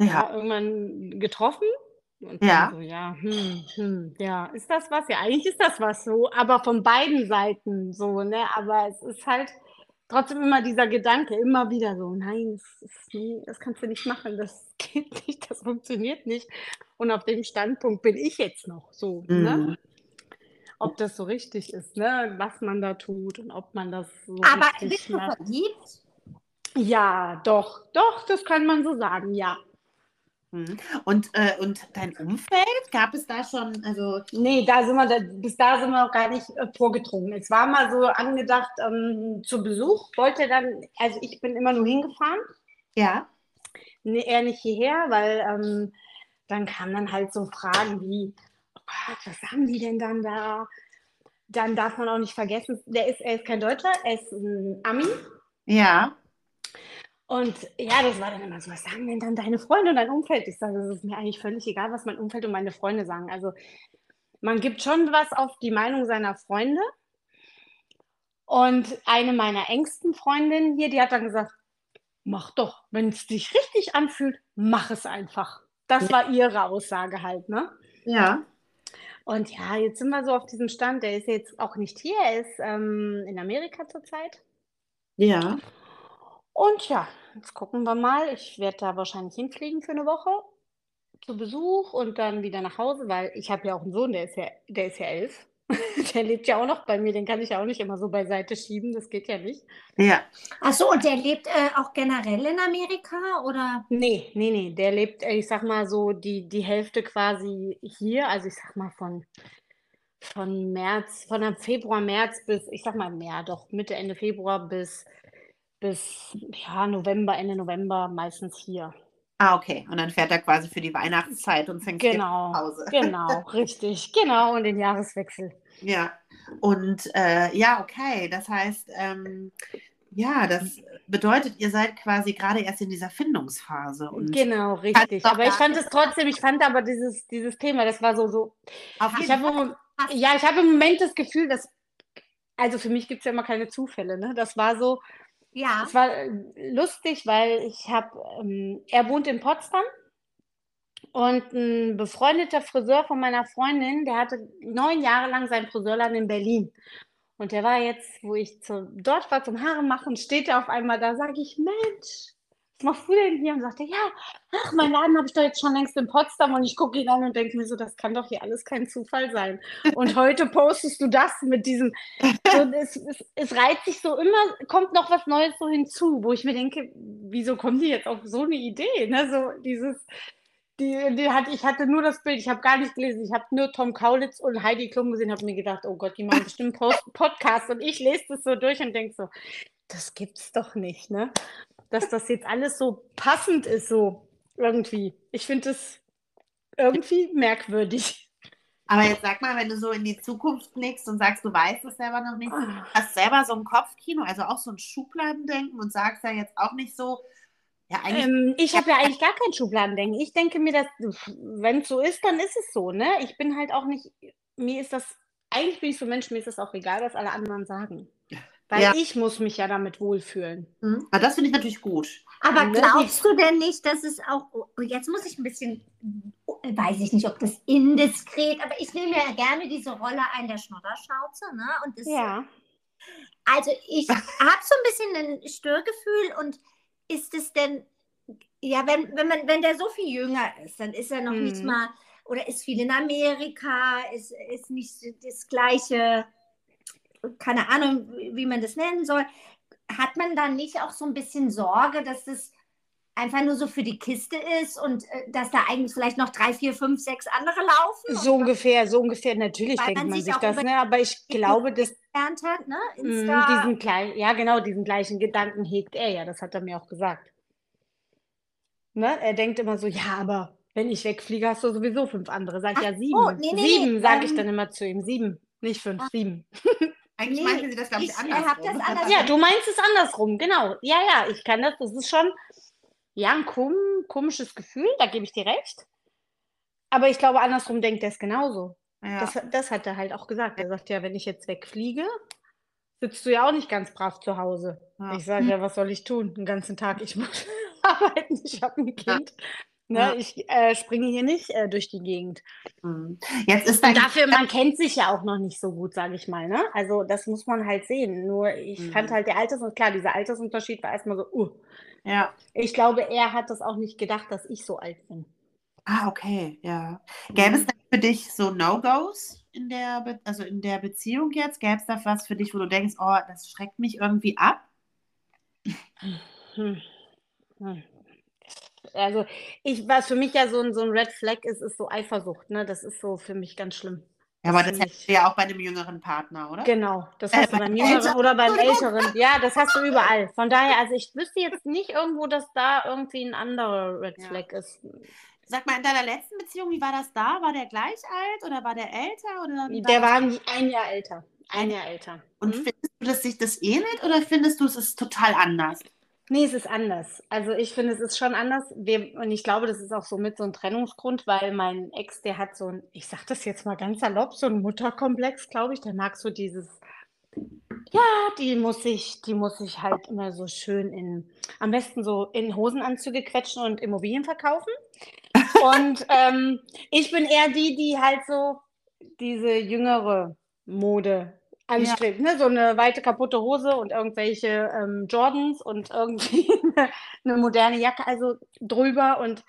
Ja.
ja. irgendwann getroffen. Und
Ja.
dann so, ja, hm, hm, ja, ist das was? Ja, eigentlich ist das was so, aber von beiden Seiten so, ne? Aber es ist halt trotzdem immer dieser Gedanke, immer wieder so, nein, das, ist, nie- das kannst du nicht machen, das <laughs> geht nicht, das funktioniert nicht. Und auf dem Standpunkt bin ich jetzt noch so, ne?
Mhm.
Ob das so richtig ist, ne? Und Was man da tut und ob man das so
aber
richtig
bist du
macht.
verliebt?
Ja, doch, doch, das kann man so sagen, ja.
Mhm. Und, äh, und dein Umfeld, gab es da schon, also,
Nee, da sind wir, da, bis da sind wir noch gar nicht äh, vorgedrungen. Es war mal so angedacht ähm, zu Besuch, wollte dann, also ich bin immer nur hingefahren,
ja.
nee, eher nicht hierher, weil ähm, dann kamen dann halt so Fragen wie, "Oh, was haben die denn dann da? Dann darf man auch nicht vergessen, der ist, er ist kein Deutscher, er ist ein Ami.
Ja.
Und ja, das war dann immer so, was sagen denn dann deine Freunde und dein Umfeld? Ich sage, es ist mir eigentlich völlig egal, was mein Umfeld und meine Freunde sagen. Also man gibt schon was auf die Meinung seiner Freunde. Und eine meiner engsten Freundinnen hier, die hat dann gesagt, mach doch, wenn es dich richtig anfühlt, mach es einfach. Das war ihre Aussage halt, ne?
Ja.
Und ja, jetzt sind wir so auf diesem Stand, der ist jetzt auch nicht hier, er ist ähm, in Amerika zurzeit.
Ja.
Und ja, jetzt gucken wir mal. Ich werde da wahrscheinlich hinfliegen für eine Woche zu Besuch und dann wieder nach Hause, weil ich habe ja auch einen Sohn, der ist ja, der ist ja elf. <laughs> Der lebt ja auch noch bei mir, den kann ich ja auch nicht immer so beiseite schieben, das geht ja nicht.
Ja.
Ach so, und der lebt äh, auch generell in Amerika oder?
Nee, nee, nee, der lebt, äh, ich sag mal so, die, die Hälfte quasi hier, also ich sag mal von, von März, von am Februar, März bis, ich sag mal mehr, doch Mitte, Ende Februar bis, bis ja, November, Ende November meistens hier.
Ah, okay. Und dann fährt er quasi für die Weihnachtszeit und Thanksgiving
Genau,
nach Hause.
genau, richtig, genau, und den Jahreswechsel.
Ja. Und äh, ja, okay. Das heißt, ähm, ja, das bedeutet, ihr seid quasi gerade erst in dieser Findungsphase. Und
Genau, richtig.
doch
Aber ich
gar
fand es trotzdem, ich fand aber dieses, dieses Thema, das war so, so,
auf
ich
jeden
habe im, Mom-
Passt.
ja, ich habe im Moment das Gefühl, dass, also für mich gibt es ja immer keine Zufälle, ne? Das war so,
Ja.
es war äh, lustig, weil ich habe, ähm, er wohnt in Potsdam und ein befreundeter Friseur von meiner Freundin, der hatte neun Jahre lang seinen Friseurladen in Berlin. Und der war jetzt, wo ich zu, dort war zum Haare machen, steht er auf einmal da, sage ich, Mensch, was machst du denn hier? Und sagt er, ja, ach, meinen Laden habe ich doch jetzt schon längst in Potsdam und ich gucke ihn an und denke mir so, das kann doch hier alles kein Zufall sein. Und heute postest du das mit diesem, so, es, es, es reizt sich so immer, kommt noch was Neues so hinzu, wo ich mir denke, wieso kommen die jetzt auf so eine Idee? Ne? So dieses, die, die hat, ich hatte nur das Bild, ich habe gar nicht gelesen, ich habe nur Tom Kaulitz und Heidi Klum gesehen, habe mir gedacht, oh Gott, die machen bestimmt einen Post Podcast und ich lese das so durch und denke so, das gibt's doch nicht, ne? Dass das jetzt alles so passend ist, so irgendwie. Ich finde es irgendwie merkwürdig.
Aber jetzt sag mal, wenn du so in die Zukunft blickst und sagst, du weißt es selber noch nicht,
Ah.
hast selber so ein Kopfkino, also auch so ein Schubladendenken und sagst ja jetzt auch nicht so, ja, eigentlich,
Ähm, ich habe ja eigentlich gar kein Schubladendenken. Ich denke mir, dass wenn es so ist, dann ist es so, ne? Ich bin halt auch nicht, mir ist das, eigentlich bin ich so ein Mensch, mir ist das auch egal, was alle anderen sagen. Weil
Ja.
ich muss mich ja damit wohlfühlen.
Ähm,
hm, aber das finde ich natürlich gut.
Aber
Ne?
glaubst du denn nicht, dass es auch, oh, jetzt muss ich ein bisschen, oh, weiß ich nicht, ob das indiskret, aber ich nehme ja gerne diese Rolle ein der Schnodderschauze, ne? Und das,
Ja.
also ich habe so ein bisschen ein Störgefühl und ist es denn, ja, wenn, wenn man, wenn der so viel jünger ist, dann ist er noch
Hm.
nicht mal, oder ist viel in Amerika, ist, ist nicht das gleiche, keine Ahnung, wie man das nennen soll. Hat man dann nicht auch so ein bisschen Sorge, dass das einfach nur so für die Kiste ist und äh, dass da eigentlich vielleicht noch drei, vier, fünf, sechs andere laufen
So ungefähr, so ungefähr. Natürlich
Weil
denkt
man
man
sich
sich
auch
das,
über-
ne? Aber ich glaube, dass
gelernt hat, ne?
mh, Mhm, diesen kleinen, ja genau, diesen gleichen Gedanken hegt er ja. Das hat er mir auch gesagt. Ne? Er denkt immer so, ja, aber wenn ich wegfliege, hast du sowieso fünf andere. Sag ja sieben.
so, nee, nee,
sieben,
nee,
sage ich
ähm, Ah.
dann immer zu ihm. Sieben, nicht fünf, sieben.
Eigentlich
Nee,
meinte sie das, glaube ich,
ich, äh,
anders.
hab das
<laughs>
anders-
Ja, du meinst es andersrum, genau. Ja, ja, ich kann das. Das ist schon ja ein kom komisches Gefühl, da gebe ich dir recht. Aber ich glaube, andersrum denkt er es genauso.
ja.
Das, das hat er halt auch gesagt. Er sagt ja, wenn ich jetzt wegfliege, sitzt du ja auch nicht ganz brav zu Hause.
Ja.
Ich sage ja, was soll ich tun? Den ganzen Tag, ich muss <laughs> arbeiten, ich habe ein
Ja.
Kind. Ne,
Ja.
Ich äh, springe hier nicht äh, durch die Gegend.
Hm. Jetzt ist dein
Und dafür, man kennt sich ja auch noch nicht so gut, sage ich mal. Ne? Also das muss man halt sehen. Nur ich
Mhm.
fand halt der Alters und klar, dieser Altersunterschied war erstmal so, uh.
ja.
Ich glaube, er hat das auch nicht gedacht, dass ich so alt bin.
Ah, okay, ja. Gäbe
Mhm.
es denn für dich so No-Gos in der, Be also in der Beziehung jetzt? Gäbe es da was für dich, wo du denkst, oh, das schreckt mich irgendwie ab?
Hm. Hm. Also, ich, was für mich ja so ein, so ein Red Flag ist, ist so Eifersucht. Ne? Das ist so für mich ganz schlimm.
Ja, aber
Das
das
finde
hättest
ich-
du ja auch bei einem jüngeren Partner, oder?
Genau, das
Äh,
hast du
bei
beim
den
Jüngeren
Älteren,
oder beim
Entschuldigung.
Älteren. Ja, das hast du überall. Von daher, also ich wüsste jetzt nicht irgendwo, dass da irgendwie ein anderer Red
Ja.
Flag ist.
Sag mal, in deiner letzten Beziehung, wie war das da? War der gleich alt oder war der älter? Oder wie
Der
das?
war ein ein Jahr älter. Ein Jahr älter.
Und
Mhm.
findest du, dass sich das ähnelt oder findest du, es ist total anders?
Nee, es ist anders. Also ich finde, es ist schon anders. Wir, und ich glaube, das ist auch so mit so ein Trennungsgrund, weil mein Ex, der hat so ein, ich sag das jetzt mal ganz salopp, so ein Mutterkomplex, glaube ich. Der mag so dieses, ja, die muss ich, die muss ich halt immer so schön in, am besten so in Hosenanzüge quetschen und Immobilien verkaufen. Und ähm, ich bin eher die, die halt so diese jüngere Mode anstrebt, ne? So eine weite kaputte Hose und irgendwelche ähm, <laughs> Jordans und irgendwie eine, eine moderne Jacke also drüber und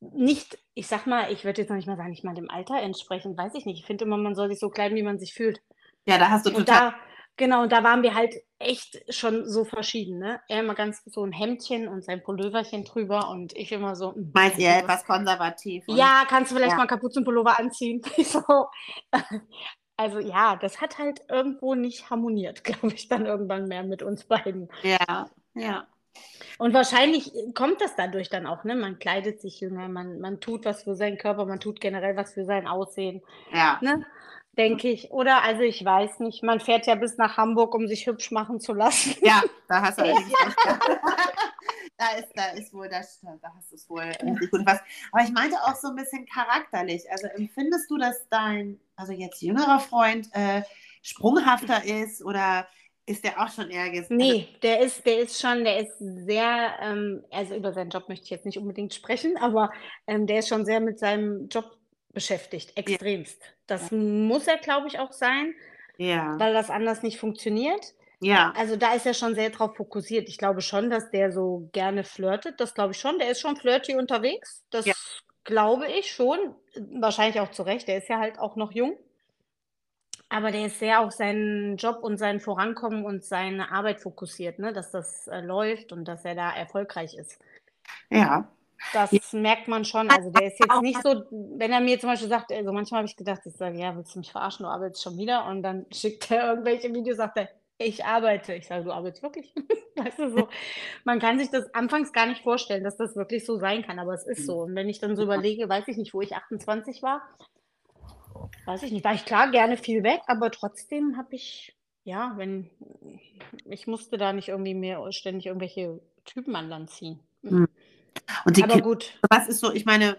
nicht, ich sag mal, ich würde jetzt noch nicht mal sagen, nicht mal dem Alter entsprechend, weiß ich nicht. Ich finde immer, man soll sich so kleiden, wie man sich fühlt.
Ja, da hast du
Und
total.
da, genau, und da waren wir halt echt schon so verschieden, ne? Er immer ganz so ein Hemdchen und sein Pulloverchen drüber und ich immer so. hm,
Meinst ihr
kannst du
etwas konservativ? und-
ja, kannst du vielleicht
Ja.
mal Kapuzenpullover anziehen? <laughs> so. Also ja, das hat halt irgendwo nicht harmoniert, <laughs> glaube ich, dann irgendwann mehr mit uns beiden.
Ja, ja.
Und wahrscheinlich kommt das dadurch dann auch, ne? Man kleidet sich jünger, man, man tut was für seinen Körper, man tut generell was für sein Aussehen,
Ja,
ne? Denke ich. Oder also ich weiß nicht, man fährt ja bis nach Hamburg, um sich hübsch machen zu lassen.
ja da hast du allerdings recht. <laughs> da, ist, da ist wohl, da, da hast du es wohl richtig gut gefasst. Aber ich meinte auch so ein bisschen charakterlich. Also empfindest du, dass dein, also jetzt jüngerer Freund, äh, sprunghafter ist oder ist der auch schon eher ges-
Nee, der ist, der ist schon, der ist sehr, ähm, also über seinen Job möchte ich jetzt nicht unbedingt sprechen, aber ähm, der ist schon sehr mit seinem Job beschäftigt, extremst. Das muss er, glaube ich, auch sein,
Ja,
weil das anders nicht funktioniert.
also, ja,
Also da ist er schon sehr drauf fokussiert. Ich glaube schon, dass der so gerne flirtet. Das glaube ich schon. Der ist schon flirty unterwegs. Das
Ja.
glaube ich schon. Wahrscheinlich auch zu Recht. Der ist ja halt auch noch jung. Aber der ist sehr auf seinen Job und sein Vorankommen und seine Arbeit fokussiert, ne? dass das äh, läuft und dass er da erfolgreich ist.
ja.
Das merkt man schon. Also der ist jetzt nicht so, wenn er mir zum Beispiel sagt, also manchmal habe ich gedacht, ich sage, ja, willst du mich verarschen, du arbeitest schon wieder und dann schickt er irgendwelche Videos, sagt er, ich arbeite. Ich sage, du arbeitest wirklich. <laughs> Weißt du, so. Man kann sich das anfangs gar nicht vorstellen, dass das wirklich so sein kann, aber es ist so. Und wenn ich dann so überlege, weiß ich nicht, wo ich 28 war, weiß ich nicht, war ich klar gerne viel weg, aber trotzdem habe ich, ja, wenn, ich musste da nicht irgendwie mehr ständig irgendwelche Typen an Land ziehen.
Und die
Aber gut.
was ist so, ich meine,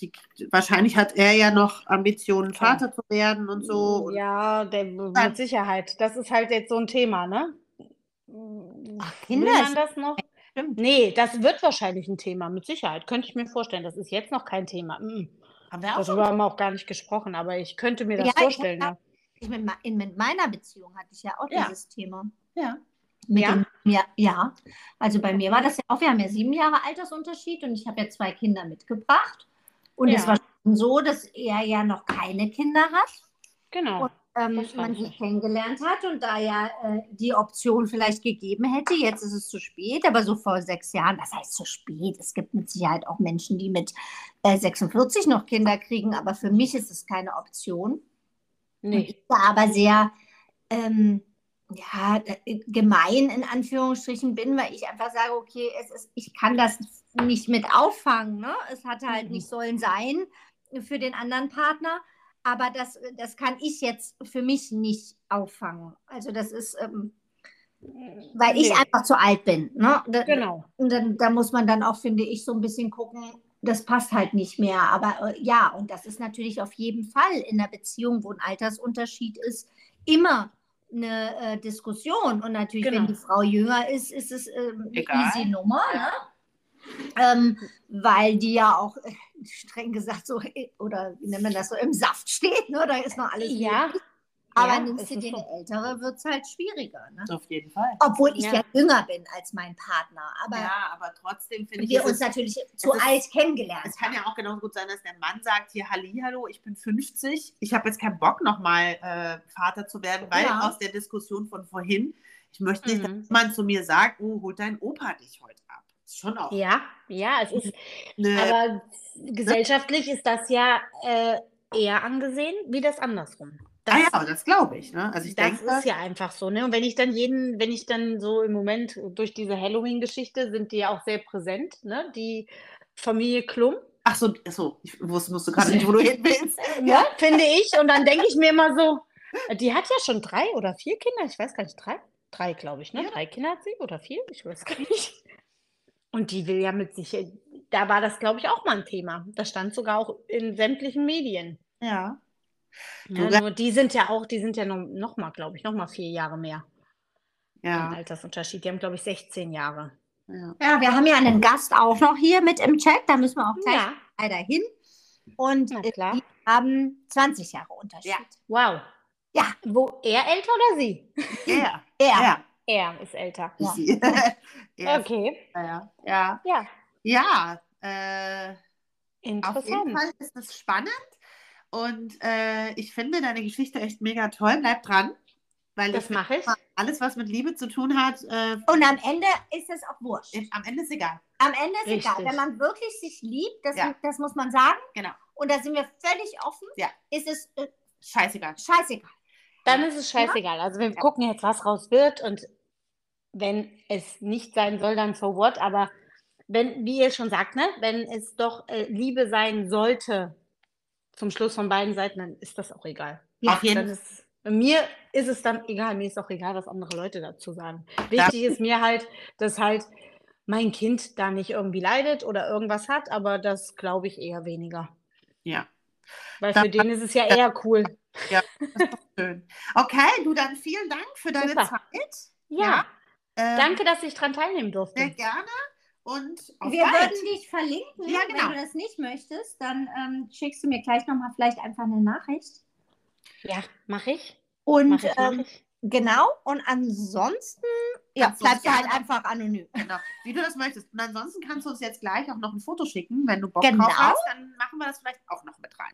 die, wahrscheinlich hat er ja noch Ambitionen, Vater zu werden und so.
Ja, der,
Dann-
mit Sicherheit. Das ist halt jetzt so ein Thema, ne? Hm,
Kinder,
Will
ich-
man das noch?
Stimmt.
Nee, das wird wahrscheinlich ein Thema, mit Sicherheit. Könnte ich mir vorstellen. Das ist jetzt noch kein Thema. Mm.
Haben wir auch schon.
Darüber haben wir auch gar nicht gesprochen, aber ich könnte mir das
Ja, ich-
vorstellen. Ja.
Ich mit, me- in, mit meiner Beziehung hatte ich ja auch
Ja.
dieses Thema.
Ja.
Mit
Ja?
Dem, ja, ja. Also bei mir war das ja auch, wir haben ja sieben Jahre Altersunterschied und ich habe ja zwei Kinder mitgebracht. Und es
Ja.
war schon so, dass er ja noch keine Kinder hat,
Genau.
ähm,
Das weiß
man
ich.
sich kennengelernt hat und da ja äh, die Option vielleicht gegeben hätte. Jetzt ist es zu spät, aber so vor sechs Jahren, was heißt zu spät? Es gibt mit Sicherheit auch Menschen, die mit äh, 46 noch Kinder kriegen, aber für mich ist es keine Option. Und
Nee.
ich da aber sehr ähm, ja, äh, gemein in Anführungsstrichen bin, weil ich einfach sage, okay, es ist, ich kann das nicht mit auffangen. Ne? Es hat halt
Mhm.
nicht sollen sein für den anderen Partner, aber das, das kann ich jetzt für mich nicht auffangen. Also das ist, ähm, weil ich
Nee.
einfach zu alt bin. Ne? Da,
Genau.
und dann, da muss man dann auch, finde ich, so ein bisschen gucken, das passt halt nicht mehr. Aber äh, ja, und das ist natürlich auf jeden Fall in einer Beziehung, wo ein Altersunterschied ist, immer eine äh, Diskussion. Und natürlich,
Genau.
wenn die Frau jünger ist, ist es ähm, eine
Egal.
easy Nummer, ne? Ähm, weil die ja auch äh, streng gesagt so, äh, oder wie nennt man das so, im Saft steht, ne? Da ist noch alles.
Ja.
Aber
ja,
nimmst
es
du
ist
dir
so.
eine ältere, wird es halt schwieriger, ne?
Auf jeden Fall.
Obwohl ich
Ja.
ja. jünger bin als mein Partner. Aber
Ja, aber trotzdem finde ich,
wir
es
uns
ist-
natürlich zu
es ist-
alt kennengelernt.
es kann ja auch genauso gut sein, dass der Mann sagt, hier Hallihallo, ich bin 50, ich habe jetzt keinen Bock nochmal äh, Vater zu werden, weil
Ja.
aus der Diskussion von vorhin, ich möchte nicht,
Mhm.
dass man zu mir sagt, oh, holt dein Opa dich heute ab. Ist schon auch
Ja, ja, es ist,
eine, Ah
aber
ne?
gesellschaftlich ist das ja äh, eher angesehen, wie das andersrum.
ah ja, das glaube ich. Ne? Also ich
das
denke,
ist ja einfach so, ne? Und wenn ich dann jeden, wenn ich dann so im Moment durch diese Halloween-Geschichte sind die ja auch sehr präsent, ne? Die Familie Klum,
<laughs> ach so, ach so, ich wusste, musste gerade nicht, wo du hin
<laughs>
willst.
ne? Finde ich. Und dann denke ich mir immer so, die hat ja schon drei oder vier Kinder, ich weiß gar nicht, drei? Drei, glaube ich, ne?
Ja.
Drei Kinder hat sie oder vier? Ich weiß gar nicht. Und die will ja mit sich, da war das, glaube ich, auch mal ein Thema. Das stand sogar auch in sämtlichen Medien.
Ja. Du,
Ja, nur die sind ja auch, die sind ja noch, noch mal, glaube ich, noch mal vier Jahre mehr. an
Ja,
Altersunterschied. Die haben, glaube ich, 16 Jahre.
ja.
Ja, wir haben ja einen Gast auch noch hier mit im Chat. Da müssen wir auch gleich
Ja,
leider hin. Und
na
äh,
klar.
die haben 20 Jahre Unterschied.
Wow.
Ja.
Wo er älter oder sie? <laughs>
Ja,
Er.
ja.
Er ist älter.
Ja.
Sie. <laughs> ja,
Okay.
ja, ja.
Ja.
Ja, äh, Auf jeden
Interessant.
Fall ist es spannend und äh, ich finde deine Geschichte echt mega toll. Bleib dran, weil ich
Das mache ich.
alles, was mit Liebe zu tun hat, äh,
Und am Ende ist es auch wurscht.
am Ende ist egal.
Am Ende ist egal.
Richtig.
Wenn man wirklich sich liebt, das,
Ja.
das muss man sagen.
Genau.
Und da sind wir völlig offen.
Ja.
Ist es äh,
Scheißegal.
scheißegal.
Dann ist es scheißegal. Also wir gucken jetzt, was raus wird und wenn es nicht sein soll, dann so what. Aber wenn, wie ihr schon sagt, ne, wenn es doch äh, Liebe sein sollte zum Schluss von beiden Seiten, dann ist das auch egal.
Ja,
Auf jeden
Dann ist, mir ist es dann egal, mir ist auch egal, was andere Leute dazu sagen. Wichtig ist mir halt, dass halt mein Kind da nicht irgendwie leidet oder irgendwas hat, aber das glaube ich eher weniger.
Ja.
Weil für den ist es ja eher cool.
Schön. Okay, du dann vielen Dank für deine
Super.
Zeit.
Ja,
Ähm,
danke, dass ich dran teilnehmen durfte.
Sehr gerne und auf
wir
bald.
würden dich verlinken.
Ja, genau.
Wenn du das nicht möchtest, dann ähm, schickst du mir gleich nochmal vielleicht einfach eine Nachricht.
Ja, mache ich.
Und
Mach ich, mach
ähm,
ich.
genau, und ansonsten ja,
Kannst du
bleibst du
uns
halt
gerne-
einfach <laughs> anonym.
Genau, wie du das möchtest. Und ansonsten kannst du uns jetzt gleich auch noch ein Foto schicken, wenn du Bock
Genau.
drauf hast, dann machen wir das vielleicht auch noch mit rein.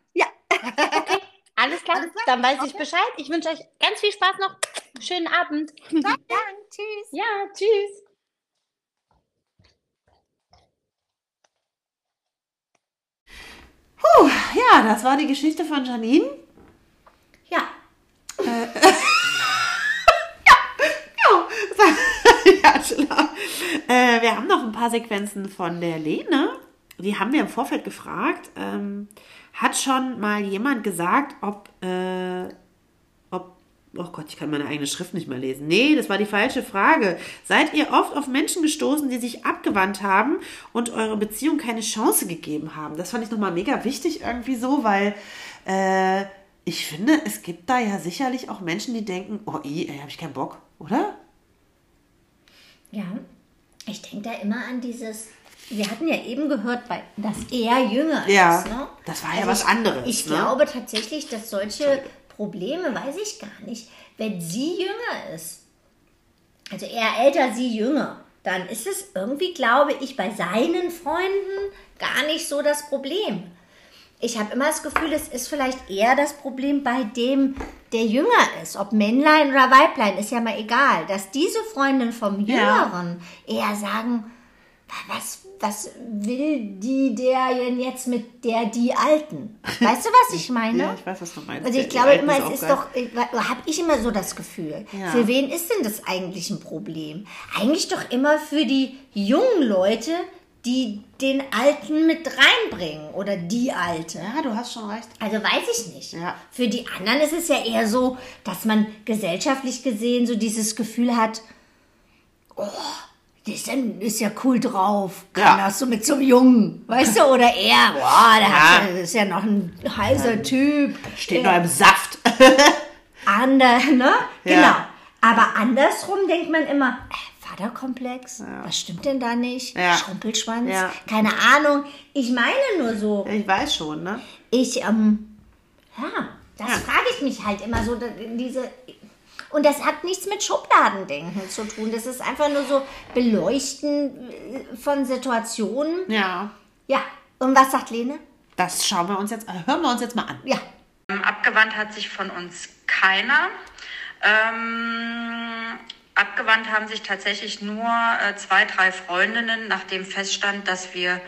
Alles klar,
alles klar,
dann weiß ich
okay.
Bescheid. Ich wünsche euch ganz viel Spaß noch. Schönen Abend.
Vielen Dank, tschüss.
Ja, tschüss.
Ja, das war die Geschichte von Janine.
Ja,
<laughs> ja, Angela. Äh, wir haben noch ein paar Sequenzen von der Lene. Die haben wir im Vorfeld gefragt. Ähm, hat schon mal jemand gesagt, ob, äh, ob. Oh Gott, ich kann meine eigene Schrift nicht mehr lesen. Nee, das war die falsche Frage. Seid ihr oft auf Menschen gestoßen, die sich abgewandt haben und eure Beziehung keine Chance gegeben haben? Das fand ich nochmal mega wichtig irgendwie so, weil äh, ich finde, es gibt da ja sicherlich auch Menschen, die denken, oh, i, ey, habe ich keinen Bock, oder?
Ja, ich denke da immer an dieses, wir hatten ja eben gehört, bei- dass er jünger
Ja,
ist. Ne?
das war ja was anderes,
Ich, ich
ne?
glaube tatsächlich, dass solche Probleme, weiß ich gar nicht, wenn sie jünger ist, also er älter, sie jünger, dann ist es irgendwie, glaube ich, bei seinen Freunden gar nicht so das Problem. Ich habe immer das Gefühl, es ist vielleicht eher das Problem bei dem, der jünger ist. Ob Männlein oder Weiblein, ist ja mal egal. Dass diese Freundin vom
Ja.
Jüngeren eher sagen, "Wa- was, was will die der denn jetzt mit der, die Alten? Weißt du, was ich meine?
<laughs> Ja, ich weiß, was du meinst.
Also
Ja,
ich
die
glaube
Alten
immer,
auch
es ist
geil.
doch, habe ich immer so das Gefühl,
Ja.
für wen ist denn das eigentlich ein Problem? Eigentlich doch immer für die jungen Leute, die den Alten mit reinbringen oder die Alte.
Ja, du hast schon recht.
Also weiß ich nicht.
Ja.
Für die anderen ist es ja eher so, dass man gesellschaftlich gesehen so dieses Gefühl hat, oh, das ist ja cool drauf. Kann
Ja.
das so mit so einem Jungen, weißt du, oder er,
<laughs>
boah, der Hat, ja- ist ja noch ein heißer Typ. Äh,
Steht nur im <laughs> Saft.
Ander, <laughs> ne?
Ja.
Genau. Aber andersrum denkt man immer, äh, Vaterkomplex, was stimmt denn da nicht?
Ja.
Schrumpelschwanz,
Ja.
keine Ahnung. Ich meine nur so,
Ich weiß schon, ne?
ich, ähm, ja, das
Ja.
frage ich mich halt immer so, da- diese, und das hat nichts mit Schubladendenken zu tun. Das ist einfach nur so Beleuchten äh, von Situationen.
Ja.
Ja, und was sagt Lene?
Das schauen wir uns jetzt, äh, hören wir uns jetzt mal an.
Ja,
Ähm, Abgewandt hat sich von uns keiner. Ähm, abgewandt haben sich tatsächlich nur äh, zwei, drei Freundinnen, nachdem feststand, dass wir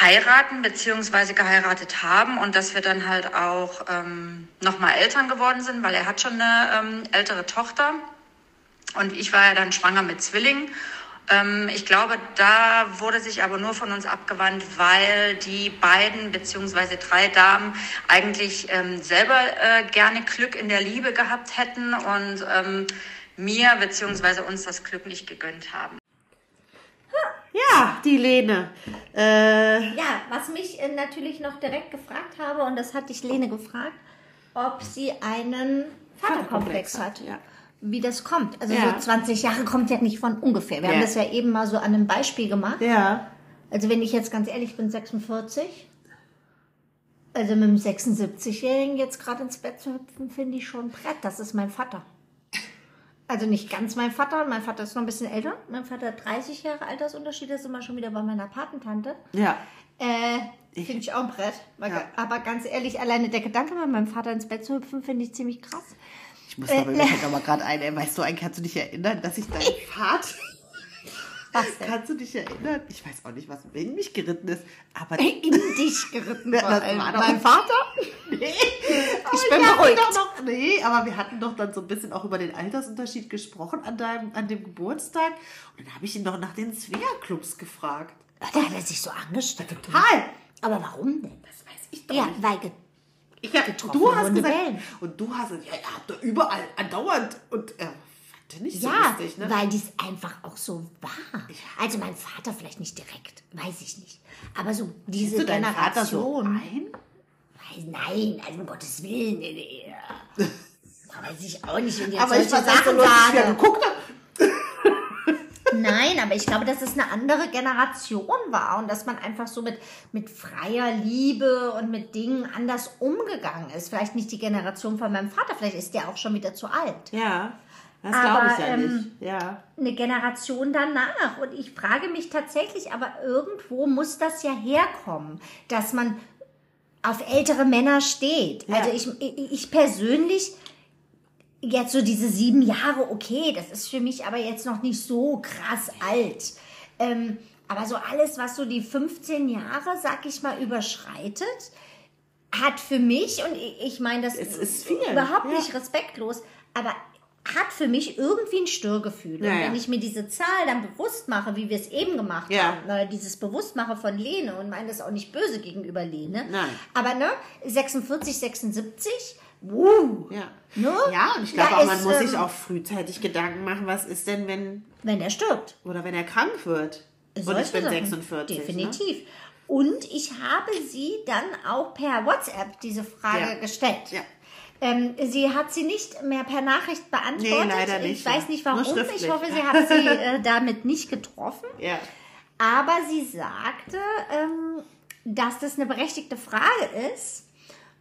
heiraten bzw. geheiratet haben und dass wir dann halt auch ähm, nochmal Eltern geworden sind, weil er hat schon eine ähm, ältere Tochter. Und ich war ja dann schwanger mit Zwillingen. Ähm, ich glaube, da wurde sich aber nur von uns abgewandt, weil die beiden beziehungsweise drei Damen eigentlich ähm, selber äh, gerne Glück in der Liebe gehabt hätten und ähm, mir beziehungsweise uns das Glück nicht gegönnt haben.
Ja, die Lene. Äh,
Ja, was mich äh, natürlich noch direkt gefragt habe, und das hatte ich Lene gefragt, ob sie einen Vaterkomplex hat.
Ja.
Wie das kommt. Also
Ja.
so 20 Jahre kommt ja nicht von ungefähr. Wir
Ja.
haben das ja eben mal so an einem Beispiel gemacht.
ja.
Also wenn ich jetzt ganz ehrlich bin, 46. Also mit dem 76-Jährigen jetzt gerade ins Bett zu hüpfen, finde ich schon brett. Das ist mein Vater. Also nicht ganz mein Vater. Mein Vater ist noch ein bisschen älter. Mein Vater hat 30 Jahre Altersunterschied. Da sind wir schon wieder bei meiner Patentante.
Ja.
Äh, Finde ich auch ein Brett. Mal-
Ja.
Aber ganz ehrlich, alleine der Gedanke, mit meinem Vater ins Bett zu hüpfen, finde ich ziemlich krass.
Ich
Äh,
muss aber mir fällt aber gerade ein, ey, weißt du eigentlich, kannst du dich erinnern, dass ich deinen
<laughs>
Vater.
Was denn?
Kannst du dich erinnern? Ich weiß auch nicht, was in mich geritten ist, aber
In dich <laughs> geritten.
Ja, das
vor allem.
war doch-
mein Vater?
Nee,
Ich
aber
bin
Oh, wir hatten
beruhigt.
Doch noch, nee, aber wir hatten doch dann so ein bisschen auch über den Altersunterschied gesprochen an, deinem, an dem Geburtstag. Und dann habe ich ihn doch nach den Swea-Clubs gefragt.
Da hat er sich so angesteckt.
Hi!
Aber warum denn?
Das weiß ich doch
Ja,
nicht.
weil ge-
Ich hab,
Getroffene
du hast
Hunde
gesagt,
bellen.
und du hast gesagt, ja, ihr habt da überall andauernd. Und er fand den nicht so
ja,
lustig, ne?
weil dies einfach auch so war. Also mein Vater vielleicht nicht direkt, weiß ich nicht. Aber so diese
Siehst du deinen Vater so
Generation.
ein?
Weiß- Nein, also um Gottes Willen. nee, nee, ja. Weiß ich auch nicht, wenn die jetzt
Aber ich
solche
war so
Sachen
lustig, dass ich ja
sagen.
geguckt habe.
Nein, aber ich glaube, dass es eine andere Generation war und dass man einfach so mit, mit freier Liebe und mit Dingen anders umgegangen ist. Vielleicht nicht die Generation von meinem Vater, vielleicht ist der auch schon wieder zu alt.
Ja, das
Aber,
glaube ich ja
ähm,
nicht. Ja.
eine Generation danach. Und ich frage mich tatsächlich, aber irgendwo muss das ja herkommen, dass man auf ältere Männer steht.
Ja.
Also ich, ich ich persönlich, jetzt so diese sieben Jahre, okay, das ist für mich aber jetzt noch nicht so krass alt. Ähm, aber so alles, was so die 15 Jahre, sag ich mal, überschreitet, hat für mich, und ich- ich meine, das
Es ist viel,
überhaupt
ja.
nicht respektlos, aber hat für mich irgendwie ein Störgefühl.
Ja,
und
ja.
wenn ich mir diese Zahl dann bewusst mache, wie wir es eben gemacht
Ja.
haben, ne, dieses Bewusstmache von Lene und meine das auch nicht böse gegenüber Lene,
Nein.
aber ne, 46, 76, wow,
Ja.
Ne?
Uh. ja, und ich
Da
glaube, auch, man
ist,
muss
ähm,
sich auch frühzeitig Gedanken machen, was ist denn, wenn
wenn er stirbt.
Oder wenn er krank wird. Und ich
Solche
bin
Sachen.
46. Ne?
Definitiv. Und ich habe sie dann auch per WhatsApp diese Frage
Ja.
gestellt.
Ja.
Ähm, sie hat sie nicht mehr per Nachricht beantwortet.
Nee, leider
Ich
nicht,
weiß
ja.
nicht
Nur
warum. Ich
schriftlich.
hoffe, sie
<laughs>
hat sie äh, damit nicht getroffen.
Ja.
Aber sie sagte, ähm, dass das eine berechtigte Frage ist.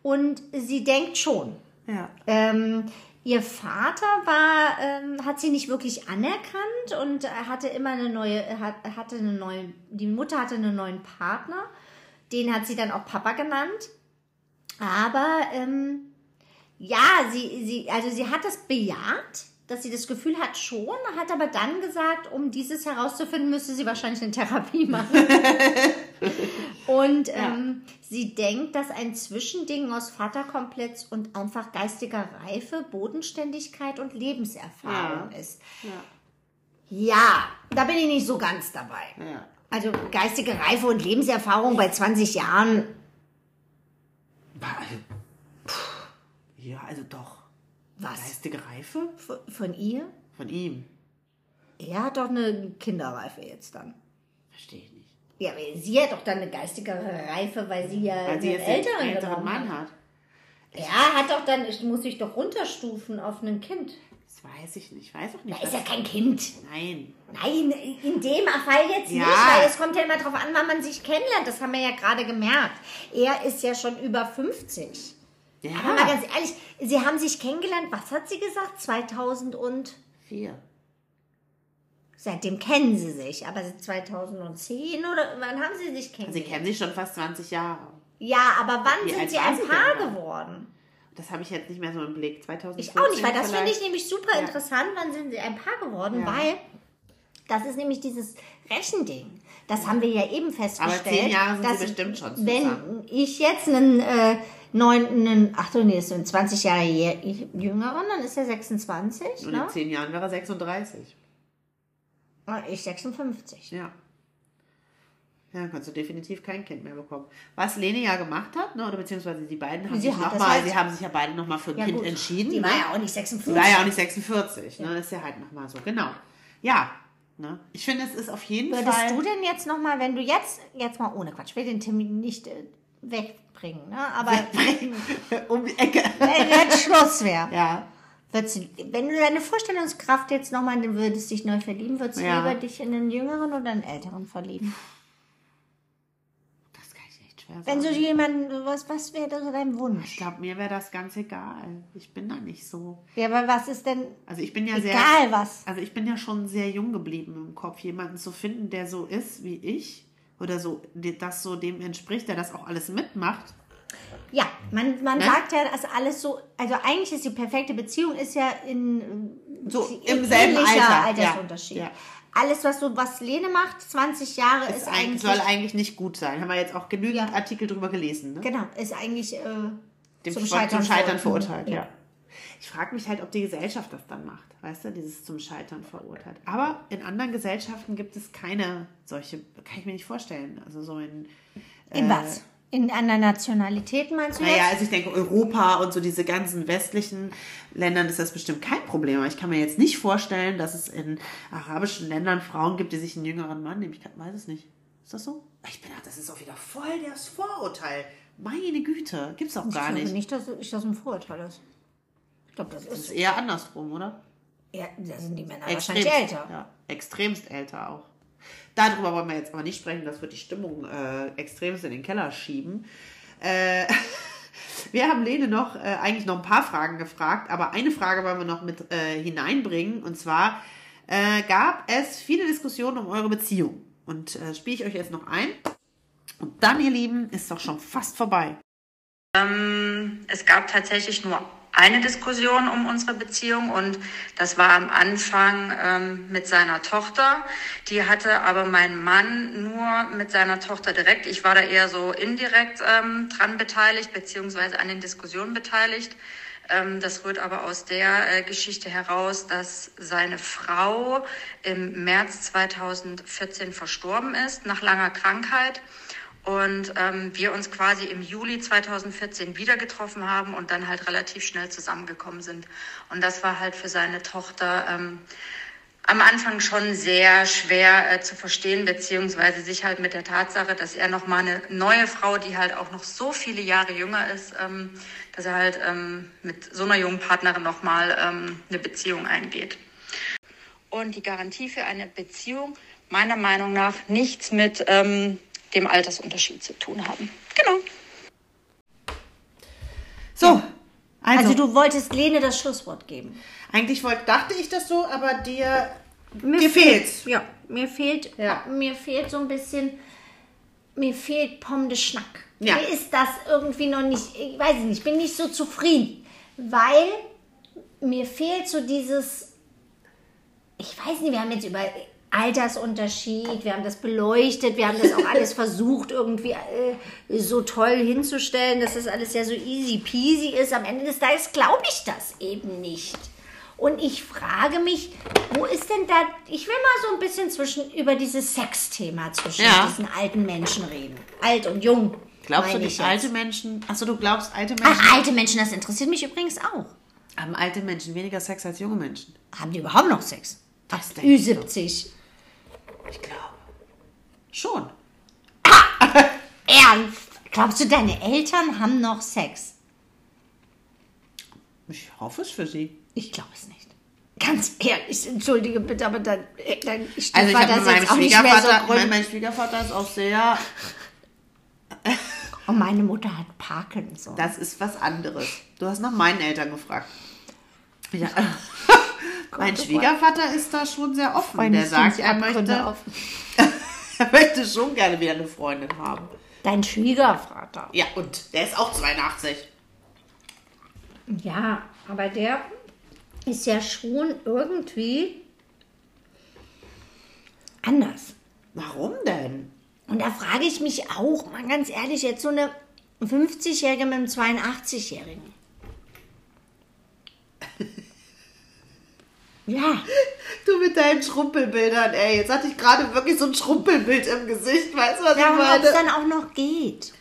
Und sie denkt schon.
Ja.
Ähm, ihr Vater war, ähm, hat sie nicht wirklich anerkannt und äh, hatte immer eine neue, hat, hatte eine neue, die Mutter hatte einen neuen Partner. Den hat sie dann auch Papa genannt. Aber ähm, ja, sie, sie, also sie hat das bejaht, dass sie das Gefühl hat schon, hat aber dann gesagt, um dieses herauszufinden, müsste sie wahrscheinlich eine Therapie <laughs> machen. und ähm, sie denkt, dass ein Zwischending aus Vaterkomplex und einfach geistiger Reife, Bodenständigkeit und Lebenserfahrung ist. Ja, da bin ich nicht so ganz dabei.
Ja.
Also geistige Reife und Lebenserfahrung bei 20 Jahren
Ja, also doch.
Was?
Geistige Reife?
Von, von ihr?
Von ihm.
Er hat doch eine Kinderreife jetzt dann.
Verstehe ich nicht.
Ja, aber sie hat doch dann eine geistigere Reife, weil sie ja
Weil sie
einen
jetzt einen
Äh, älteren,
älteren
genommen
Mann
hat.
hat.
Er hat doch dann, ich muss sich doch runterstufen auf ein Kind.
Das weiß ich nicht. Ich weiß auch
Da
nicht.
ist
was-
ja kein Kind.
Nein.
Nein, in dem Fall jetzt
Ja.
nicht, weil es kommt ja immer drauf an, wann man sich kennenlernt. Das haben wir ja gerade gemerkt. Er ist ja schon über 50.
Ja.
Aber mal ganz ehrlich, sie haben sich kennengelernt, was hat sie gesagt? 2000 und...
Vier.
Seitdem kennen sie sich, aber seit 2010 oder wann haben sie
Also, sie
sich kennengelernt?
kennen sich schon fast 20 Jahre.
ja, aber wann
Wie
sind
alt
sie
war
ein
sie denn
Paar
da?
geworden?
Das habe ich jetzt nicht mehr so im Blick. 2014
Ich auch nicht, weil das finde ich
vielleicht.
nämlich super
Ja.
interessant, wann sind sie ein Paar geworden,
Ja.
weil das ist nämlich dieses Rechending. Das haben wir ja eben festgestellt.
zehn Jahre sind sie
dass
bestimmt schon
Wenn
zusammen.
ich jetzt einen äh, neun, einen, ach du nee, so einen 20 Jahre jä- jüngeren, dann ist er 26,
Und
ne? Ah,
in 10 Jahren wäre er 36.
Ich 56.
Ja. Ja, dann kannst du definitiv kein Kind mehr bekommen. Was Lene ja gemacht hat, ne, oder beziehungsweise die beiden haben
Sie
sich
hat das
nochmal,
halt-
sie haben sich ja beide nochmal für ein
Ja,
Kind
gut.
entschieden.
Die
ne?
war ja auch nicht 56.
Sie war ja auch nicht 46, ne? Ist ja halt nochmal so, genau. Ja, ne? Ich finde, es ist auf jeden
Würdest
Fall.
du denn jetzt nochmal, wenn du jetzt, jetzt mal ohne Quatsch, ich will den Termin nicht äh, wegbringen, ne?
<laughs>
aber
um die Ecke.
wenn jetzt Schluss wäre,
Ja.
würdest du, wenn du deine Vorstellungskraft jetzt nochmal, du würdest dich neu verlieben, würdest
Ja.
du lieber dich in einen jüngeren oder einen älteren verlieben?
Das kann ich echt schwer
Wenn
sagen.
so jemanden, was, was wäre da so dein
ich
Wunsch?
glaube, mir wäre das ganz egal. Ich bin da nicht so.
Ja, aber was ist denn,
Also ich bin ja sehr.
egal was,
Also ich bin ja schon sehr jung geblieben im Kopf, jemanden zu finden, der so ist wie ich, oder so, die- das so dem entspricht, der das auch alles mitmacht.
Ja, man, man
Ne?
sagt ja, dass alles so, also eigentlich ist die perfekte Beziehung ist ja in äh,
So
die-
im selben
ähnlicher
Alter, ja,
Altersunterschied.
ja.
Alles, was so was Lene macht, 20 Jahre, ist,
Ist eigentlich,
eigentlich,
soll eigentlich nicht gut sein. Haben wir jetzt auch genügend
Ja.
Artikel drüber gelesen. Ne?
genau, ist eigentlich äh,
Dem
zum
Sport-
Scheitern,
zum Scheitern verurteilt.
verurteilt.
Ja. Ich frage mich halt, ob die Gesellschaft das dann macht. Weißt du, dieses zum Scheitern verurteilt. Aber in anderen Gesellschaften gibt es keine solche, kann ich mir nicht vorstellen. Also so in, Äh.
In was? In einer Nationalität meinst du
naja,
jetzt?
also ich denke, Europa und so diese ganzen westlichen Ländern ist das bestimmt kein Problem. Aber ich kann mir jetzt nicht vorstellen, dass es in arabischen Ländern Frauen gibt, die sich einen jüngeren Mann nehmen. Ich kann, weiß es nicht. Ist das so? Ich bin, das ist auch wieder voll das Vorurteil. Meine Güte, gibt's auch gar
ich
nicht.
glaube nicht, dass ich das ein Vorurteil ist. Ich glaube, das
Das
ist
ist eher andersrum, oder?
eher, da sind die Männer wahrscheinlich älter.
Ja, extremst älter auch. Darüber wollen wir jetzt aber nicht sprechen, das wird die Stimmung äh, extremst in den Keller schieben. Äh, <laughs> wir haben Lene noch äh, eigentlich noch ein paar Fragen gefragt, aber eine Frage wollen wir noch mit äh, hineinbringen und zwar äh, gab es viele Diskussionen um eure Beziehung und äh, spiele ich euch jetzt noch ein. Und dann, ihr Lieben, ist doch schon fast vorbei.
Ähm, Es gab tatsächlich nur eine Diskussion um unsere Beziehung und das war am Anfang ähm, mit seiner Tochter. Die hatte aber mein Mann nur mit seiner Tochter direkt. Ich war da eher so indirekt ähm, dran beteiligt, beziehungsweise an den Diskussionen beteiligt. Ähm, das rührt aber aus der äh, Geschichte heraus, dass seine Frau im März 2014 verstorben ist, nach langer Krankheit. Und ähm, wir uns quasi im Juli 2014 wieder getroffen haben und dann halt relativ schnell zusammengekommen sind. Und das war halt für seine Tochter ähm, am Anfang schon sehr schwer äh, zu verstehen, beziehungsweise sich halt mit der Tatsache, dass er nochmal eine neue Frau, die halt auch noch so viele Jahre jünger ist, ähm, dass er halt ähm, mit so einer jungen Partnerin nochmal ähm, eine Beziehung eingeht und die Garantie für eine Beziehung meiner Meinung nach nichts mit ähm, dem Altersunterschied zu tun haben. Genau.
So, also,
Also du wolltest Lene das Schlusswort geben.
eigentlich wollt, dachte ich das so, aber dir,
mir
dir fehlt's.
Ja, mir fehlt,
Ja.
mir fehlt so ein bisschen, mir fehlt Pomme de Schnack.
Ja.
Mir ist das irgendwie noch nicht, ich weiß nicht, ich bin nicht so zufrieden, weil mir fehlt so dieses, ich weiß nicht, wir haben jetzt über Altersunterschied, wir haben das beleuchtet, wir haben das auch
<laughs>
alles versucht, irgendwie äh, so toll hinzustellen, dass das alles ja so easy peasy ist. Am Ende des Tages glaube ich das eben nicht. Und ich frage mich, wo ist denn da, ich will mal so ein bisschen zwischen, über dieses Sexthema zwischen
Ja.
diesen alten Menschen reden. Alt und jung.
Glaubst du
meine
nicht
ich jetzt.
alte Menschen? Achso, du glaubst alte Menschen
Ach, alte Menschen, das interessiert mich übrigens auch.
haben Ah, alte Menschen weniger Sex als junge Menschen?
Haben die überhaupt noch Sex?
Das denke ich so.
Ü70.
Ich glaube. Schon.
Ernst? Glaubst du, deine Eltern haben noch Sex?
Ich hoffe es für sie.
Ich glaube es nicht. Ganz ehrlich, entschuldige bitte, aber äh, dein, dein ich
Also ich
war
habe mit
das
meinem
jetzt auch nicht mehr so
Schwiegervater, mein,
grün.
mein Schwiegervater ist auch sehr,
Und meine Mutter hat Parkinson.
das ist was anderes. Du hast nach meinen Eltern gefragt. Ja. <laughs> mein
Gott, oh
Schwiegervater ist da schon sehr offen.
Freunde
Der sagt,
sind
er
Abgründe
möchte,
auf.
<laughs> er möchte schon gerne wieder eine Freundin haben.
Dein Schwiegervater.
Ja, und der ist auch 82.
Ja, aber der ist ja schon irgendwie anders.
Warum denn?
Und da frage ich mich auch, mal ganz ehrlich, jetzt so eine 50-Jährige mit
<laughs>
einem 82-Jährigen. ja,
Du mit deinen Schrumpelbildern, ey. Jetzt hatte ich gerade wirklich so ein Schrumpelbild im Gesicht. Weißt du, was
ja
ich
und ob
meine?
es dann auch noch geht.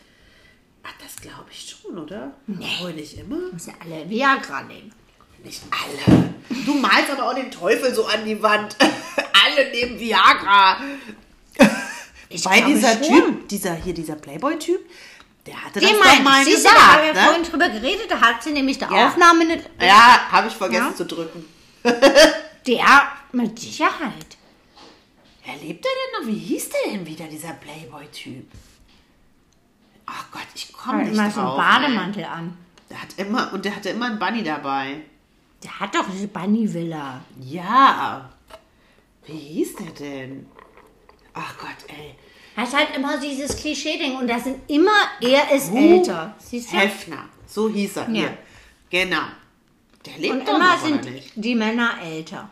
Ach, das glaube ich schon, oder? Nee. Oh, nicht immer?
Müssen ja alle Viagra nehmen.
Nicht alle. Du malst aber auch den Teufel so an die Wand. <laughs> alle nehmen Viagra.
Ich
Bei
glaube
dieser
schon.
Typ, dieser hier, dieser Playboy-Typ, der hatte das
Den
doch mal
meinte ich, siehst du, da haben wir
gesagt,
vorhin
ne?
drüber geredet, da hat sie nämlich der
Ja.
Aufnahme nicht...
Ja, habe ich vergessen
Ja.
zu drücken.
Der, mit Sicherheit.
Wer lebt er denn noch? Wie hieß der denn wieder, dieser Playboy-Typ? Ach Gott, ich ne? komme
Hat
nicht
immer
drauf.
so einen
ey.
Bademantel an.
Der hat immer, und der hatte immer einen Bunny dabei.
Der hat doch diese Bunny-Villa.
Ja. Wie hieß der denn? Ach Gott, ey.
Das ist halt immer dieses Klischee-Ding und da sind immer, er ist
Ruh
älter. Siehst du?
Hefner, so hieß er.
Ja.
hier. Genau. Der lebt
Und
doch
immer
noch,
sind
oder nicht?
die Männer älter.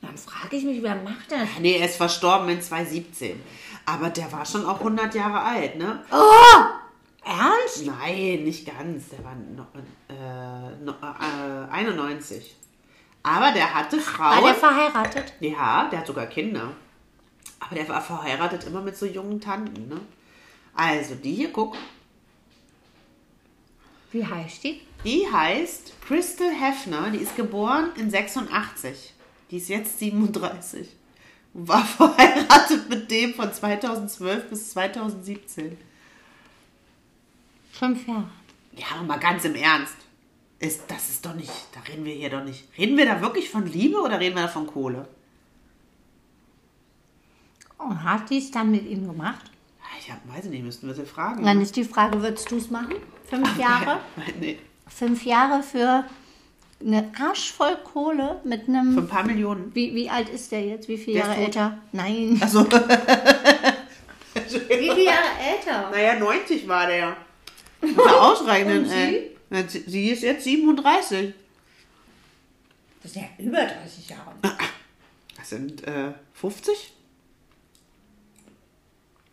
Dann frage ich mich, wer macht das?
Nee, er ist verstorben in 2017. Aber der war schon auch 100 Jahre alt, ne?
Ernst?
Nein, nicht ganz. Der war no, äh, no, äh, 91. Aber der hatte
War
Frauen.
der verheiratet?
ja, der hat sogar Kinder. Aber der war verheiratet immer mit so jungen Tanten, ne? Also, die hier, guck.
Wie heißt die?
Die heißt Crystal Hefner. Die ist geboren in 86. Die ist jetzt 37. Und war <laughs> verheiratet mit dem von 2012 bis 2017.
Fünf Jahre.
Ja, aber mal ganz im Ernst. Ist, das ist doch nicht, da reden wir hier doch nicht. Reden wir da wirklich von Liebe oder reden wir da von Kohle?
Und hat die es dann mit ihm gemacht?
Ah, Ich hab, weiß ich nicht, müssten wir sie fragen.
Dann ist die Frage, würdest du es machen?
<laughs>
Fünf Jahre?
nee,
Fünf Jahre für eine Arsch voll Kohle mit
für
einem.
ein paar Millionen.
Wie, wie alt ist der jetzt? Wie viele
Der ist
Jahre
tot.
älter? Nein.
<laughs> Achso.
<laughs> Wie viele Jahre älter?
Naja, 90 war der. Muss er ausrechnen, ey. äh, Na, Sie sie ist jetzt 37.
Das ist ja über 30 Jahre.
Das sind äh, 50?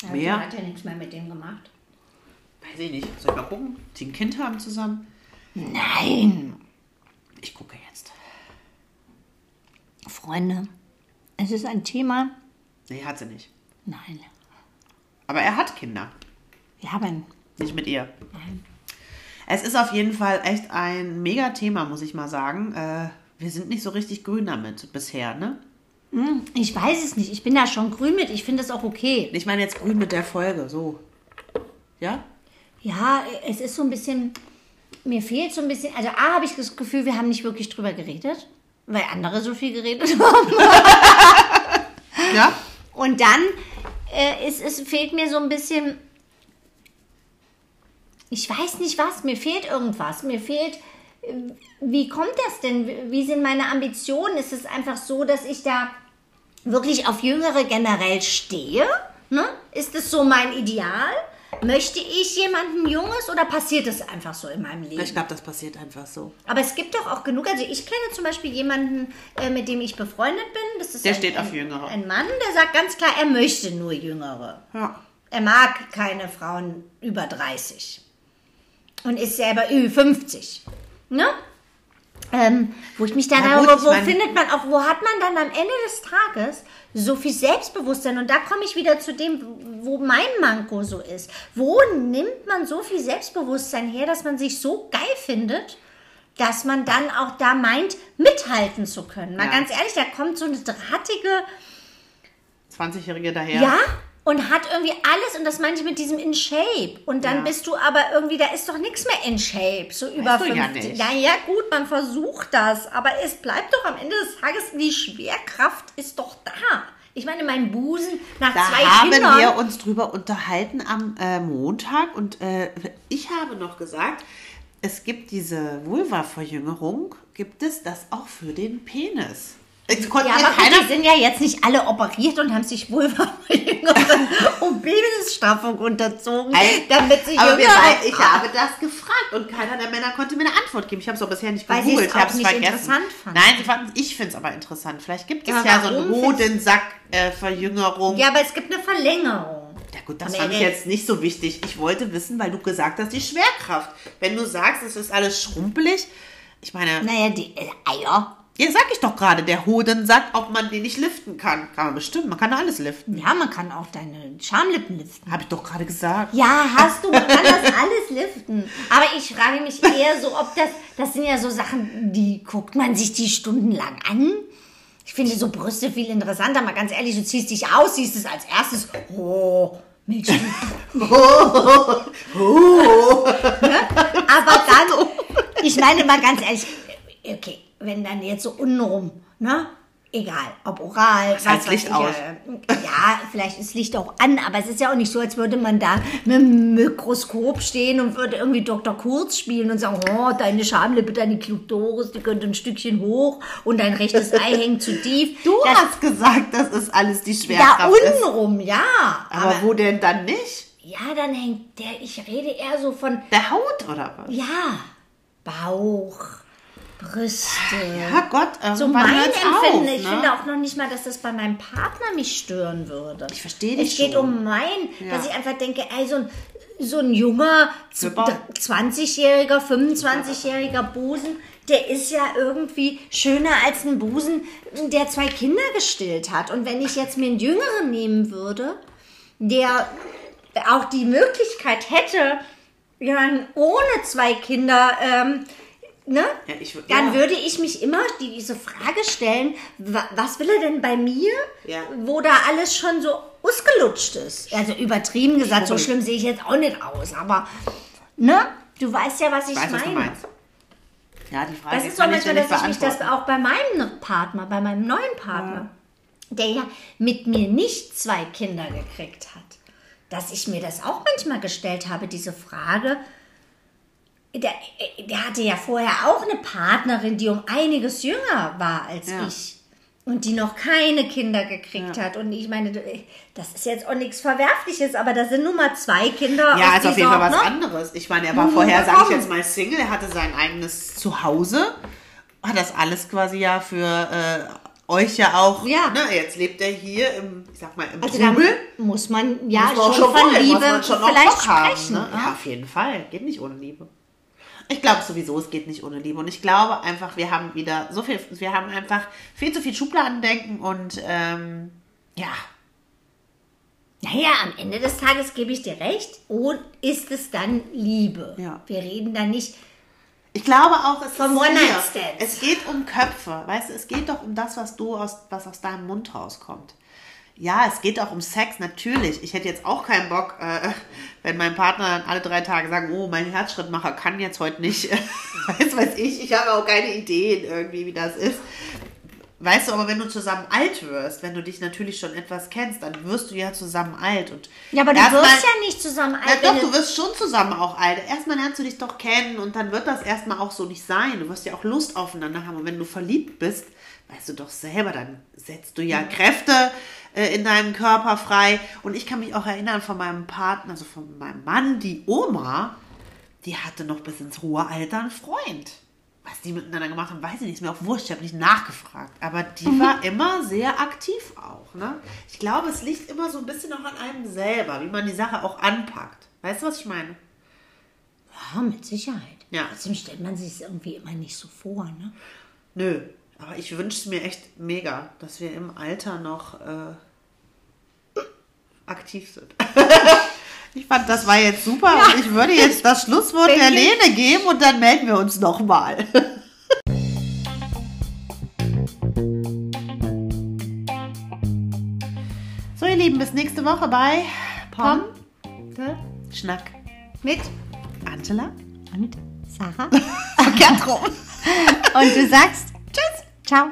Also
Mehr?
Hat ja nichts mehr mit dem gemacht.
Weiß ich nicht. Soll ich mal gucken? ob Die ein Kind haben zusammen?
Nein.
Ich gucke jetzt.
Freunde, es ist ein Thema.
Nee, hat sie nicht.
Nein.
Aber er hat Kinder.
Wir haben.
Nicht mit ihr. Es ist auf jeden Fall echt ein mega Thema, muss ich mal sagen. Äh, wir sind nicht so richtig grün damit bisher, ne?
Hm, Ich weiß es nicht. Ich bin da schon grün mit. Ich finde es auch okay.
Ich meine jetzt grün mit der Folge, so. Ja?
Ja, es ist so ein bisschen. Mir fehlt so ein bisschen. Also, A, habe ich das Gefühl, wir haben nicht wirklich drüber geredet, weil andere so viel geredet <laughs> haben.
Ja?
Und dann äh, es, es fehlt mir so ein bisschen. Ich weiß nicht was. Mir fehlt irgendwas. Mir fehlt. äh, Wie kommt das denn? Wie sind meine Ambitionen? Ist es einfach so, dass ich da wirklich auf Jüngere generell stehe? Ne? Ist das so mein Ideal? Möchte ich jemanden Junges oder passiert es einfach so in meinem Leben?
Ich glaube, das passiert einfach so.
Aber es gibt doch auch genug. Also ich kenne zum Beispiel jemanden, äh, mit dem ich befreundet bin. Das ist
Der
ein,
steht
ein,
auf Jüngere.
Ein Mann, der sagt ganz klar, er möchte nur Jüngere.
Ja.
Er mag keine Frauen über 30 und ist selber über 50. Ne? Ähm, wo ich mich dann
Na
aber,
gut, ich
wo
meine-
findet man auch, wo hat man dann am Ende des Tages so viel Selbstbewusstsein? Und da komme ich wieder zu dem, wo mein Manko so ist. Wo nimmt man so viel Selbstbewusstsein her, dass man sich so geil findet, dass man dann auch da meint, mithalten zu können? Mal
Ja.
ganz ehrlich, da kommt so eine drahtige
20-Jährige daher.
ja, und hat irgendwie alles und das meine ich mit diesem in Shape. Und dann
Ja.
bist du aber irgendwie, da ist doch nichts mehr in Shape, so über
du
50.
ja nicht.
Naja, gut, man versucht das, aber es bleibt doch am Ende des Tages, die Schwerkraft ist doch da. Ich meine, mein Busen nach
Da
zwei
haben
Kindern.
wir uns drüber unterhalten am äh, Montag und äh, ich habe noch gesagt, es gibt diese Vulva-Verjüngerung, gibt es das auch für den Penis. Es konnte
ja,
mir
aber
keiner
gut, die sind ja jetzt nicht alle operiert und haben sich wohl <laughs> und Penisstraffung unterzogen,
Ei,
damit sie
aber
jünger
wir beide- ich
auftragen.
habe das gefragt und keiner der Männer konnte mir eine Antwort geben. Ich habe es auch bisher nicht
Weil
gegoogelt.
sie es
ich
auch
habe es
nicht
vergessen.
interessant fanden.
Nein, sie fanden, ich finde es aber interessant. Vielleicht gibt es
Ja,
ja, so einen
warum findest-
Hodensack-Verjüngerung.
Ja, äh, aber es gibt eine Verlängerung.
Ja gut, das
Nee,
fand ich
nee.
jetzt nicht so wichtig. Ich wollte wissen, weil du gesagt hast, die Schwerkraft. Wenn du sagst, es ist alles schrumpelig, ich meine,
Naja, die äh, Eier.
ja, sag ich doch gerade, der Hodensack, ob man den nicht liften kann. Kann man bestimmt, man kann doch alles liften.
Ja, man kann auch deine Schamlippen liften.
Habe ich doch gerade gesagt.
Ja, hast du, man kann das alles liften. Aber ich frage mich eher so, ob das, das sind ja so Sachen, die guckt man sich die stundenlang an. Ich finde so Brüste viel interessanter, mal ganz ehrlich, du ziehst dich aus, siehst es als erstes, oh, <laughs> Milch. Ne? Aber dann, ich meine mal ganz ehrlich, okay, wenn dann jetzt so untenrum, ne? Egal, ob oral,
heißt Licht
ich,
aus?
äh, Ja, vielleicht ist Licht auch an, aber es ist ja auch nicht so, als würde man da mit dem Mikroskop stehen und würde irgendwie Dr. Kurz spielen und sagen, oh, deine Schamlippe, deine Klitoris, die könnte ein Stückchen hoch und
<laughs>
dein rechtes Ei hängt zu tief.
Du
das,
hast gesagt, das ist alles die
da
Schwerkraft. ist.
untenrum, ja.
Aber wo denn dann nicht?
Ja, dann hängt der, ich rede eher so von,
Der Haut oder was?
ja, Bauch, Brüste.
Ja, Gott, irgendwann
So mein
hört's
Empfinden.
auf,
ich
ne?
finde auch noch nicht mal, dass das bei meinem Partner mich stören würde.
Ich verstehe
Es
dich
geht
schon.
um mein,
Ja.
dass ich einfach denke, ey, so ein, so ein junger, z-
Hüpper.
20-jähriger, 25-jähriger Busen, der ist ja irgendwie schöner als ein Busen, der zwei Kinder gestillt hat. Und wenn ich jetzt mir einen Jüngeren nehmen würde, der auch die Möglichkeit hätte, jemanden ohne zwei Kinder ähm, ne?
Ja, ich wür- ja.
dann würde ich mich immer diese Frage stellen, wa- was will er denn bei mir,
Ja.
wo da alles schon so ausgelutscht ist? Also übertrieben gesagt, so schlimm sehe ich jetzt auch nicht aus, aber ne? Du weißt ja, was ich,
Ich weiß, was du
meine.
meinst. Ja, die Frage
Das ist so
kann ich dir
manchmal,
nicht
dass ich mich das
beantworten.
auch bei meinem Partner, bei meinem neuen Partner, der ja mit mir nicht zwei Kinder gekriegt hat, dass ich mir das auch manchmal gestellt habe, diese Frage. Der, der hatte ja vorher auch eine Partnerin, die um einiges jünger war als
Ja.
ich. Und die noch keine Kinder gekriegt hat. Und ich meine, das ist jetzt auch nichts Verwerfliches, aber das sind nun mal zwei Kinder.
Ja,
aus
ist auf jeden
dieser-
Fall was
ne?
anderes. Ich meine, er war vorher, sage ich
komm.
jetzt mal, Single, er hatte sein eigenes Zuhause, hat das alles quasi ja für äh, euch ja auch.
Ja.
Ne? Jetzt lebt er hier im, ich sag mal, im
Also da
Trubel.
muss man ja
Muss man auch
schon, von
wollen, muss
Liebe
man schon auch
vielleicht
Bock haben,
sprechen.
ne? Ja, auf jeden Fall. Geht nicht ohne Liebe. Ich glaube sowieso, es geht nicht ohne Liebe. Und ich glaube einfach, wir haben wieder so viel, wir haben einfach viel zu viel Schubladendenken und ähm, ja,
Naja, am Ende des Tages gebe ich dir recht. Und ist es dann Liebe?
Ja.
Wir reden da nicht.
Ich glaube auch, es
Vom
ist hier,
One-Night-Stand.
es geht um Köpfe, weißt du, es geht doch um das, was du aus, was aus deinem Mund rauskommt. Ja, es geht auch um Sex, natürlich. Ich hätte jetzt auch keinen Bock, äh, <laughs> wenn mein Partner dann alle drei Tage sagen, oh, mein Herzschrittmacher kann jetzt heute nicht, <laughs> weiß, weiß ich, ich habe auch keine Ideen irgendwie, wie das ist. Weißt du, aber wenn du zusammen alt wirst, wenn du dich natürlich schon etwas kennst, dann wirst du ja zusammen alt. Und
Ja, aber du
erstmal-
wirst ja nicht zusammen alt.
ja,
wenn
doch, du wirst schon zusammen auch alt. Erstmal lernst du dich doch kennen und dann wird das erstmal auch so nicht sein. Du wirst ja auch Lust aufeinander haben. Und wenn du verliebt bist, weißt du doch selber, dann setzt du ja Kräfte äh, in deinem Körper frei. Und ich kann mich auch erinnern von meinem Partner, also von meinem Mann, die Oma, die hatte noch bis ins hohe Alter einen Freund. Was die miteinander gemacht haben, weiß ich nicht. Ist mir auch wurscht, ich habe nicht nachgefragt. Aber die war immer sehr aktiv auch. Ne? Ich glaube, es liegt immer so ein bisschen auch an einem selber, wie man die Sache auch anpackt. Weißt du, was ich meine?
ja, Oh, mit Sicherheit.
Ja.
Trotzdem stellt man sich es irgendwie immer nicht so vor, ne?
Nö. Aber ich wünsche es mir echt mega, dass wir im Alter noch äh, aktiv sind. <laughs> ich fand, das war jetzt super. Und ich würde jetzt das Schlusswort der Lene geben und dann melden wir uns nochmal. <laughs> So, ihr Lieben, bis nächste Woche bei Pom, Schnack
Mit
Angela
und Sarah.
und Gertrud.
Und du sagst Tschüss. Ciao.